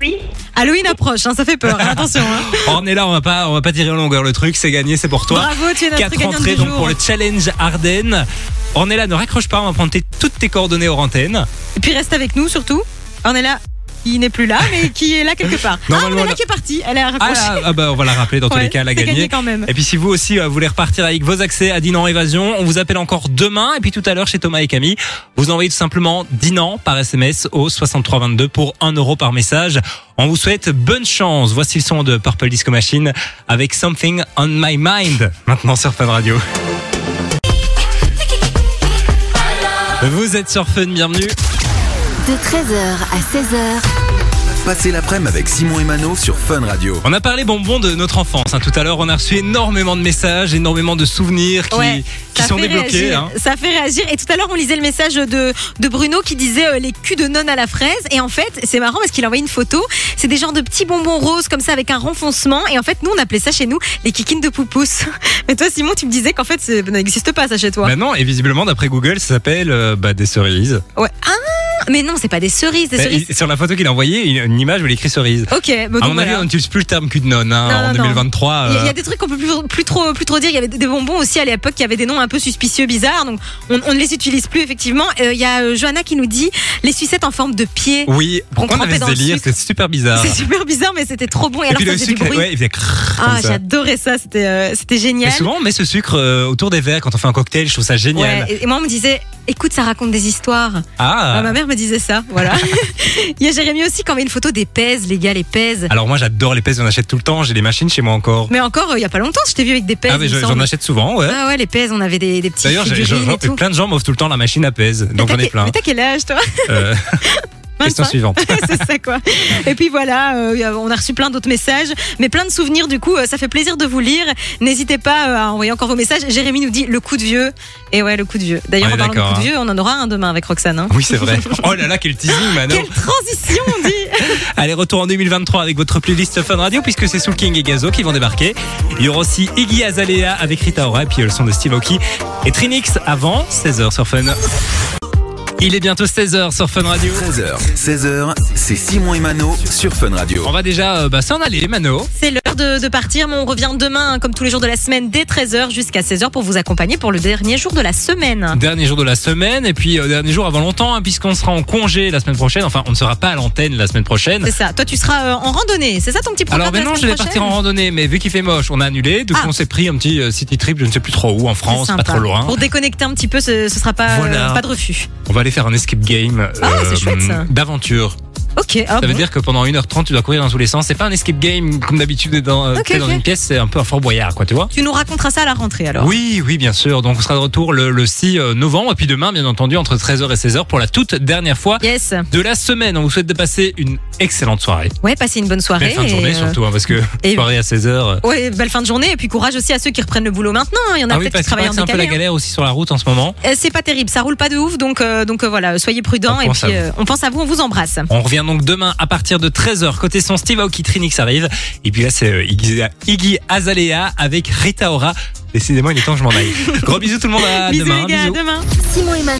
Speaker 6: oui.
Speaker 2: Halloween approche, hein, ça fait peur. hein, attention. hein.
Speaker 1: Ornella, on va pas, on va pas tirer en longueur le truc, c'est gagné, c'est pour toi.
Speaker 2: Bravo, tu es notre
Speaker 1: Quatre
Speaker 2: gagnante du
Speaker 1: entrées donc
Speaker 2: jour.
Speaker 1: pour le challenge Ardennes. Ornella, ne raccroche pas, on va prendre tes- toutes tes coordonnées hors antenne.
Speaker 2: Et puis reste avec nous surtout. Ah, Ornella, qui n'est plus là, mais qui est là quelque part. Ah,
Speaker 1: Normalement,
Speaker 2: Ornella
Speaker 1: là-
Speaker 2: qui est partie. Elle a
Speaker 1: Ah,
Speaker 2: raccroché. <laughs>
Speaker 1: là, ah bah on va la rappeler dans tous
Speaker 2: Ouais,
Speaker 1: les cas, elle a
Speaker 2: c'est
Speaker 1: gagné.
Speaker 2: gagné quand même.
Speaker 1: Et puis si vous aussi euh, voulez repartir avec vos accès à Dinan Évasion, on vous appelle encore demain et puis tout à l'heure chez Thomas et Camille. Vous envoyez tout simplement Dinan par SMS au 6322 pour 1 euro par message. On vous souhaite bonne chance. Voici le son de Purple Disco Machine avec Something on My Mind maintenant sur Fun Radio. Vous êtes sur Fun, bienvenue.
Speaker 4: De 13h à 16h,
Speaker 3: Passez l'après-midi avec Simon et Mano sur Fun Radio.
Speaker 1: On a parlé bonbons de notre enfance. hein. Tout à l'heure, on a reçu énormément de messages, énormément de souvenirs qui,
Speaker 2: Ouais,
Speaker 1: qui
Speaker 2: ça
Speaker 1: sont
Speaker 2: fait
Speaker 1: débloqués.
Speaker 2: réagir.
Speaker 1: hein.
Speaker 2: Ça fait réagir. Et tout à l'heure, on lisait le message de, de Bruno qui disait euh, les culs de nonne à la fraise. Et en fait, c'est marrant parce qu'il a envoyé une photo. C'est des genres de petits bonbons roses comme ça avec un renfoncement. Et en fait, nous, on appelait ça chez nous les kikines de poupous. <laughs> Mais toi, Simon, tu me disais qu'en fait, c'est- ça n'existe pas ça chez toi.
Speaker 1: Bah non, et visiblement, d'après Google, ça s'appelle euh, bah, des cerises.
Speaker 2: Ouais. Ah, mais non, c'est pas des cerises, des
Speaker 1: Bah,
Speaker 2: cerises.
Speaker 1: il- sur la photo qu'il a envoyée, une, une image où il écrit cerises.
Speaker 2: Ok, bon,
Speaker 1: À
Speaker 2: donc
Speaker 1: mon avis,
Speaker 2: voilà.
Speaker 1: on n'utilise plus le terme cul de nonne hein,
Speaker 2: Non,
Speaker 1: en
Speaker 2: non, non.
Speaker 1: 2023.
Speaker 2: Il y a- il y,
Speaker 1: euh,
Speaker 2: a des trucs qu'on peut plus, plus trop plus trop dire. Il y avait des bonbons aussi à l'époque qui avaient des noms un peu suspicieux, bizarres. Donc on, on ne les utilise plus effectivement. Euh, Il y a euh, Johanna qui nous dit les sucettes en forme de pied.
Speaker 1: Oui, pourquoi on,
Speaker 2: trempait
Speaker 1: avait ce
Speaker 2: dans le
Speaker 1: délire
Speaker 2: sucre.
Speaker 1: C'était super bizarre.
Speaker 2: C'est super bizarre, mais c'était trop bon. Et,
Speaker 1: Et
Speaker 2: alors
Speaker 1: puis
Speaker 2: ça
Speaker 1: le
Speaker 2: faisait du
Speaker 1: sucre,
Speaker 2: bruit.
Speaker 1: ouais, il faisait crrrr
Speaker 2: ah,
Speaker 1: comme ça.
Speaker 2: j'adorais ça. C'était euh, c'était
Speaker 1: Mais
Speaker 2: génial.
Speaker 1: souvent, on met ce sucre euh, autour des verres quand on fait un cocktail. Je trouve ça génial.
Speaker 2: Ouais, et, et moi on me disait. Écoute, ça raconte des histoires. Ah,
Speaker 1: Ah.
Speaker 2: ma mère me disait ça,
Speaker 1: <laughs>
Speaker 2: voilà. Il y a Jérémy aussi qui envoie une photo des pèses, les gars, les pèses.
Speaker 1: Alors moi, j'adore les pèses. J'en achète tout le temps. J'ai des machines chez moi encore.
Speaker 2: Mais encore, euh, il y a pas longtemps, je t'ai vu avec des pèses.
Speaker 1: ah, mais
Speaker 2: il me
Speaker 1: je- j'en
Speaker 2: semble.
Speaker 1: achète souvent. Ouais.
Speaker 2: Ah ouais, les pèses, on avait des, des petites
Speaker 1: D'ailleurs, j'ai-
Speaker 2: figurines
Speaker 1: j'ai-
Speaker 2: et tout.
Speaker 1: plein de gens m'offrent tout le temps la machine à pèse. Donc
Speaker 2: Mais
Speaker 1: j'en ai
Speaker 2: t'as- <laughs>
Speaker 1: plein.
Speaker 2: Mais t'as quel âge toi
Speaker 1: Euh,
Speaker 2: Même
Speaker 1: Question
Speaker 2: pas.
Speaker 1: suivante.
Speaker 2: hein. <laughs> c'est ça quoi. Et puis voilà, euh, on a reçu plein d'autres messages, mais plein de souvenirs du coup, euh, ça fait plaisir de vous lire. N'hésitez pas euh, à envoyer encore vos messages. Jérémy nous dit le coup de vieux. Et ouais, le coup de vieux. D'ailleurs,
Speaker 1: On est
Speaker 2: en parlant de
Speaker 1: d'accord, hein.
Speaker 2: coup de vieux, on en aura un demain avec Roxane. hein.
Speaker 1: Oui, c'est vrai. Oh là là, quel teasing, Manon.
Speaker 2: Quelle transition, on
Speaker 1: <laughs>
Speaker 2: dit
Speaker 1: Allez, retour en 2023 avec votre playlist Fun Radio, puisque c'est Soul King et Gazo qui vont débarquer. Il y aura aussi Iggy Azalea avec Rita Ora, et puis euh, le son de Steve Aoki et Trinix avant 16h sur Fun. Il est bientôt 16h sur Fun Radio.
Speaker 3: 13h, 16h, c'est Simon et Mano sur Fun Radio.
Speaker 1: On va déjà euh, bah, s'en aller, Mano.
Speaker 2: C'est l'heure de, de partir, mais on revient demain, hein, comme tous les jours de la semaine, dès 13h jusqu'à 16h pour vous accompagner pour le dernier jour de la semaine.
Speaker 1: Dernier jour de la semaine, et puis euh, dernier jour avant longtemps, hein, puisqu'on sera en congé la semaine prochaine. Enfin, on ne sera pas à l'antenne la semaine prochaine.
Speaker 2: C'est ça. Toi, tu seras euh, en randonnée. C'est ça ton petit programme
Speaker 1: Alors ben
Speaker 2: de la
Speaker 1: non, je
Speaker 2: semaine
Speaker 1: vais partir en
Speaker 2: prochaine
Speaker 1: randonnée, mais vu qu'il fait moche, on a annulé. Du coup,
Speaker 2: Ah.
Speaker 1: on s'est pris un petit euh, city trip, je ne sais plus trop où, en France,
Speaker 2: C'est
Speaker 1: pas
Speaker 2: sympa.
Speaker 1: trop loin.
Speaker 2: Pour déconnecter un petit peu, ce, ce sera pas, euh,
Speaker 1: Voilà.
Speaker 2: pas de refus.
Speaker 1: On va aller faire un escape game euh,
Speaker 2: Ah, c'est chouette, ça.
Speaker 1: d'aventure.
Speaker 2: Ok, ah
Speaker 1: ça veut
Speaker 2: bon.
Speaker 1: dire que pendant 1h30, tu dois courir dans tous les sens. C'est pas un escape game comme d'habitude dans, euh,
Speaker 2: Ok,
Speaker 1: tu sais, dans
Speaker 2: ok.
Speaker 1: une pièce, c'est un peu un fort boyard, quoi, tu vois.
Speaker 2: Tu nous raconteras ça à la rentrée alors.
Speaker 1: Oui, oui, bien sûr. Donc, on sera de retour le, le 6 novembre. Et puis demain, bien entendu, entre 13h et 16h pour la toute dernière fois
Speaker 2: Yes.
Speaker 1: de la semaine. On vous souhaite de passer une excellente soirée.
Speaker 2: Ouais, passez une bonne soirée.
Speaker 1: Belle fin de journée,
Speaker 2: et, euh,
Speaker 1: surtout, hein, parce que
Speaker 2: et-
Speaker 1: soirée à 16h. euh,
Speaker 2: Ouais, belle fin de journée et puis courage aussi à ceux qui reprennent le boulot maintenant. hein. Il y en a
Speaker 1: Ah oui,
Speaker 2: peut-être qui
Speaker 1: parce que
Speaker 2: travaillent en
Speaker 1: c'est un peu la
Speaker 2: décalé.
Speaker 1: galère aussi sur la route en ce moment.
Speaker 2: hein. Euh, C'est pas terrible, ça roule pas de ouf, donc euh, donc euh, voilà, soyez prudents
Speaker 1: On
Speaker 2: et
Speaker 1: pense
Speaker 2: puis
Speaker 1: à vous.
Speaker 2: euh, on pense à vous, on vous embrasse.
Speaker 1: On revient donc demain à partir de 13h. Côté son, Steve Aoki Trinix arrive. Et puis là, c'est euh, Iggy, Iggy Azalea
Speaker 2: <laughs>
Speaker 1: avec Rita Ora. Décidément, il est temps que je m'en aille. Gros bisous tout le monde. À
Speaker 2: bisous
Speaker 1: demain.
Speaker 2: les gars,
Speaker 1: Bisous.
Speaker 2: à demain.
Speaker 4: Simon et Mano.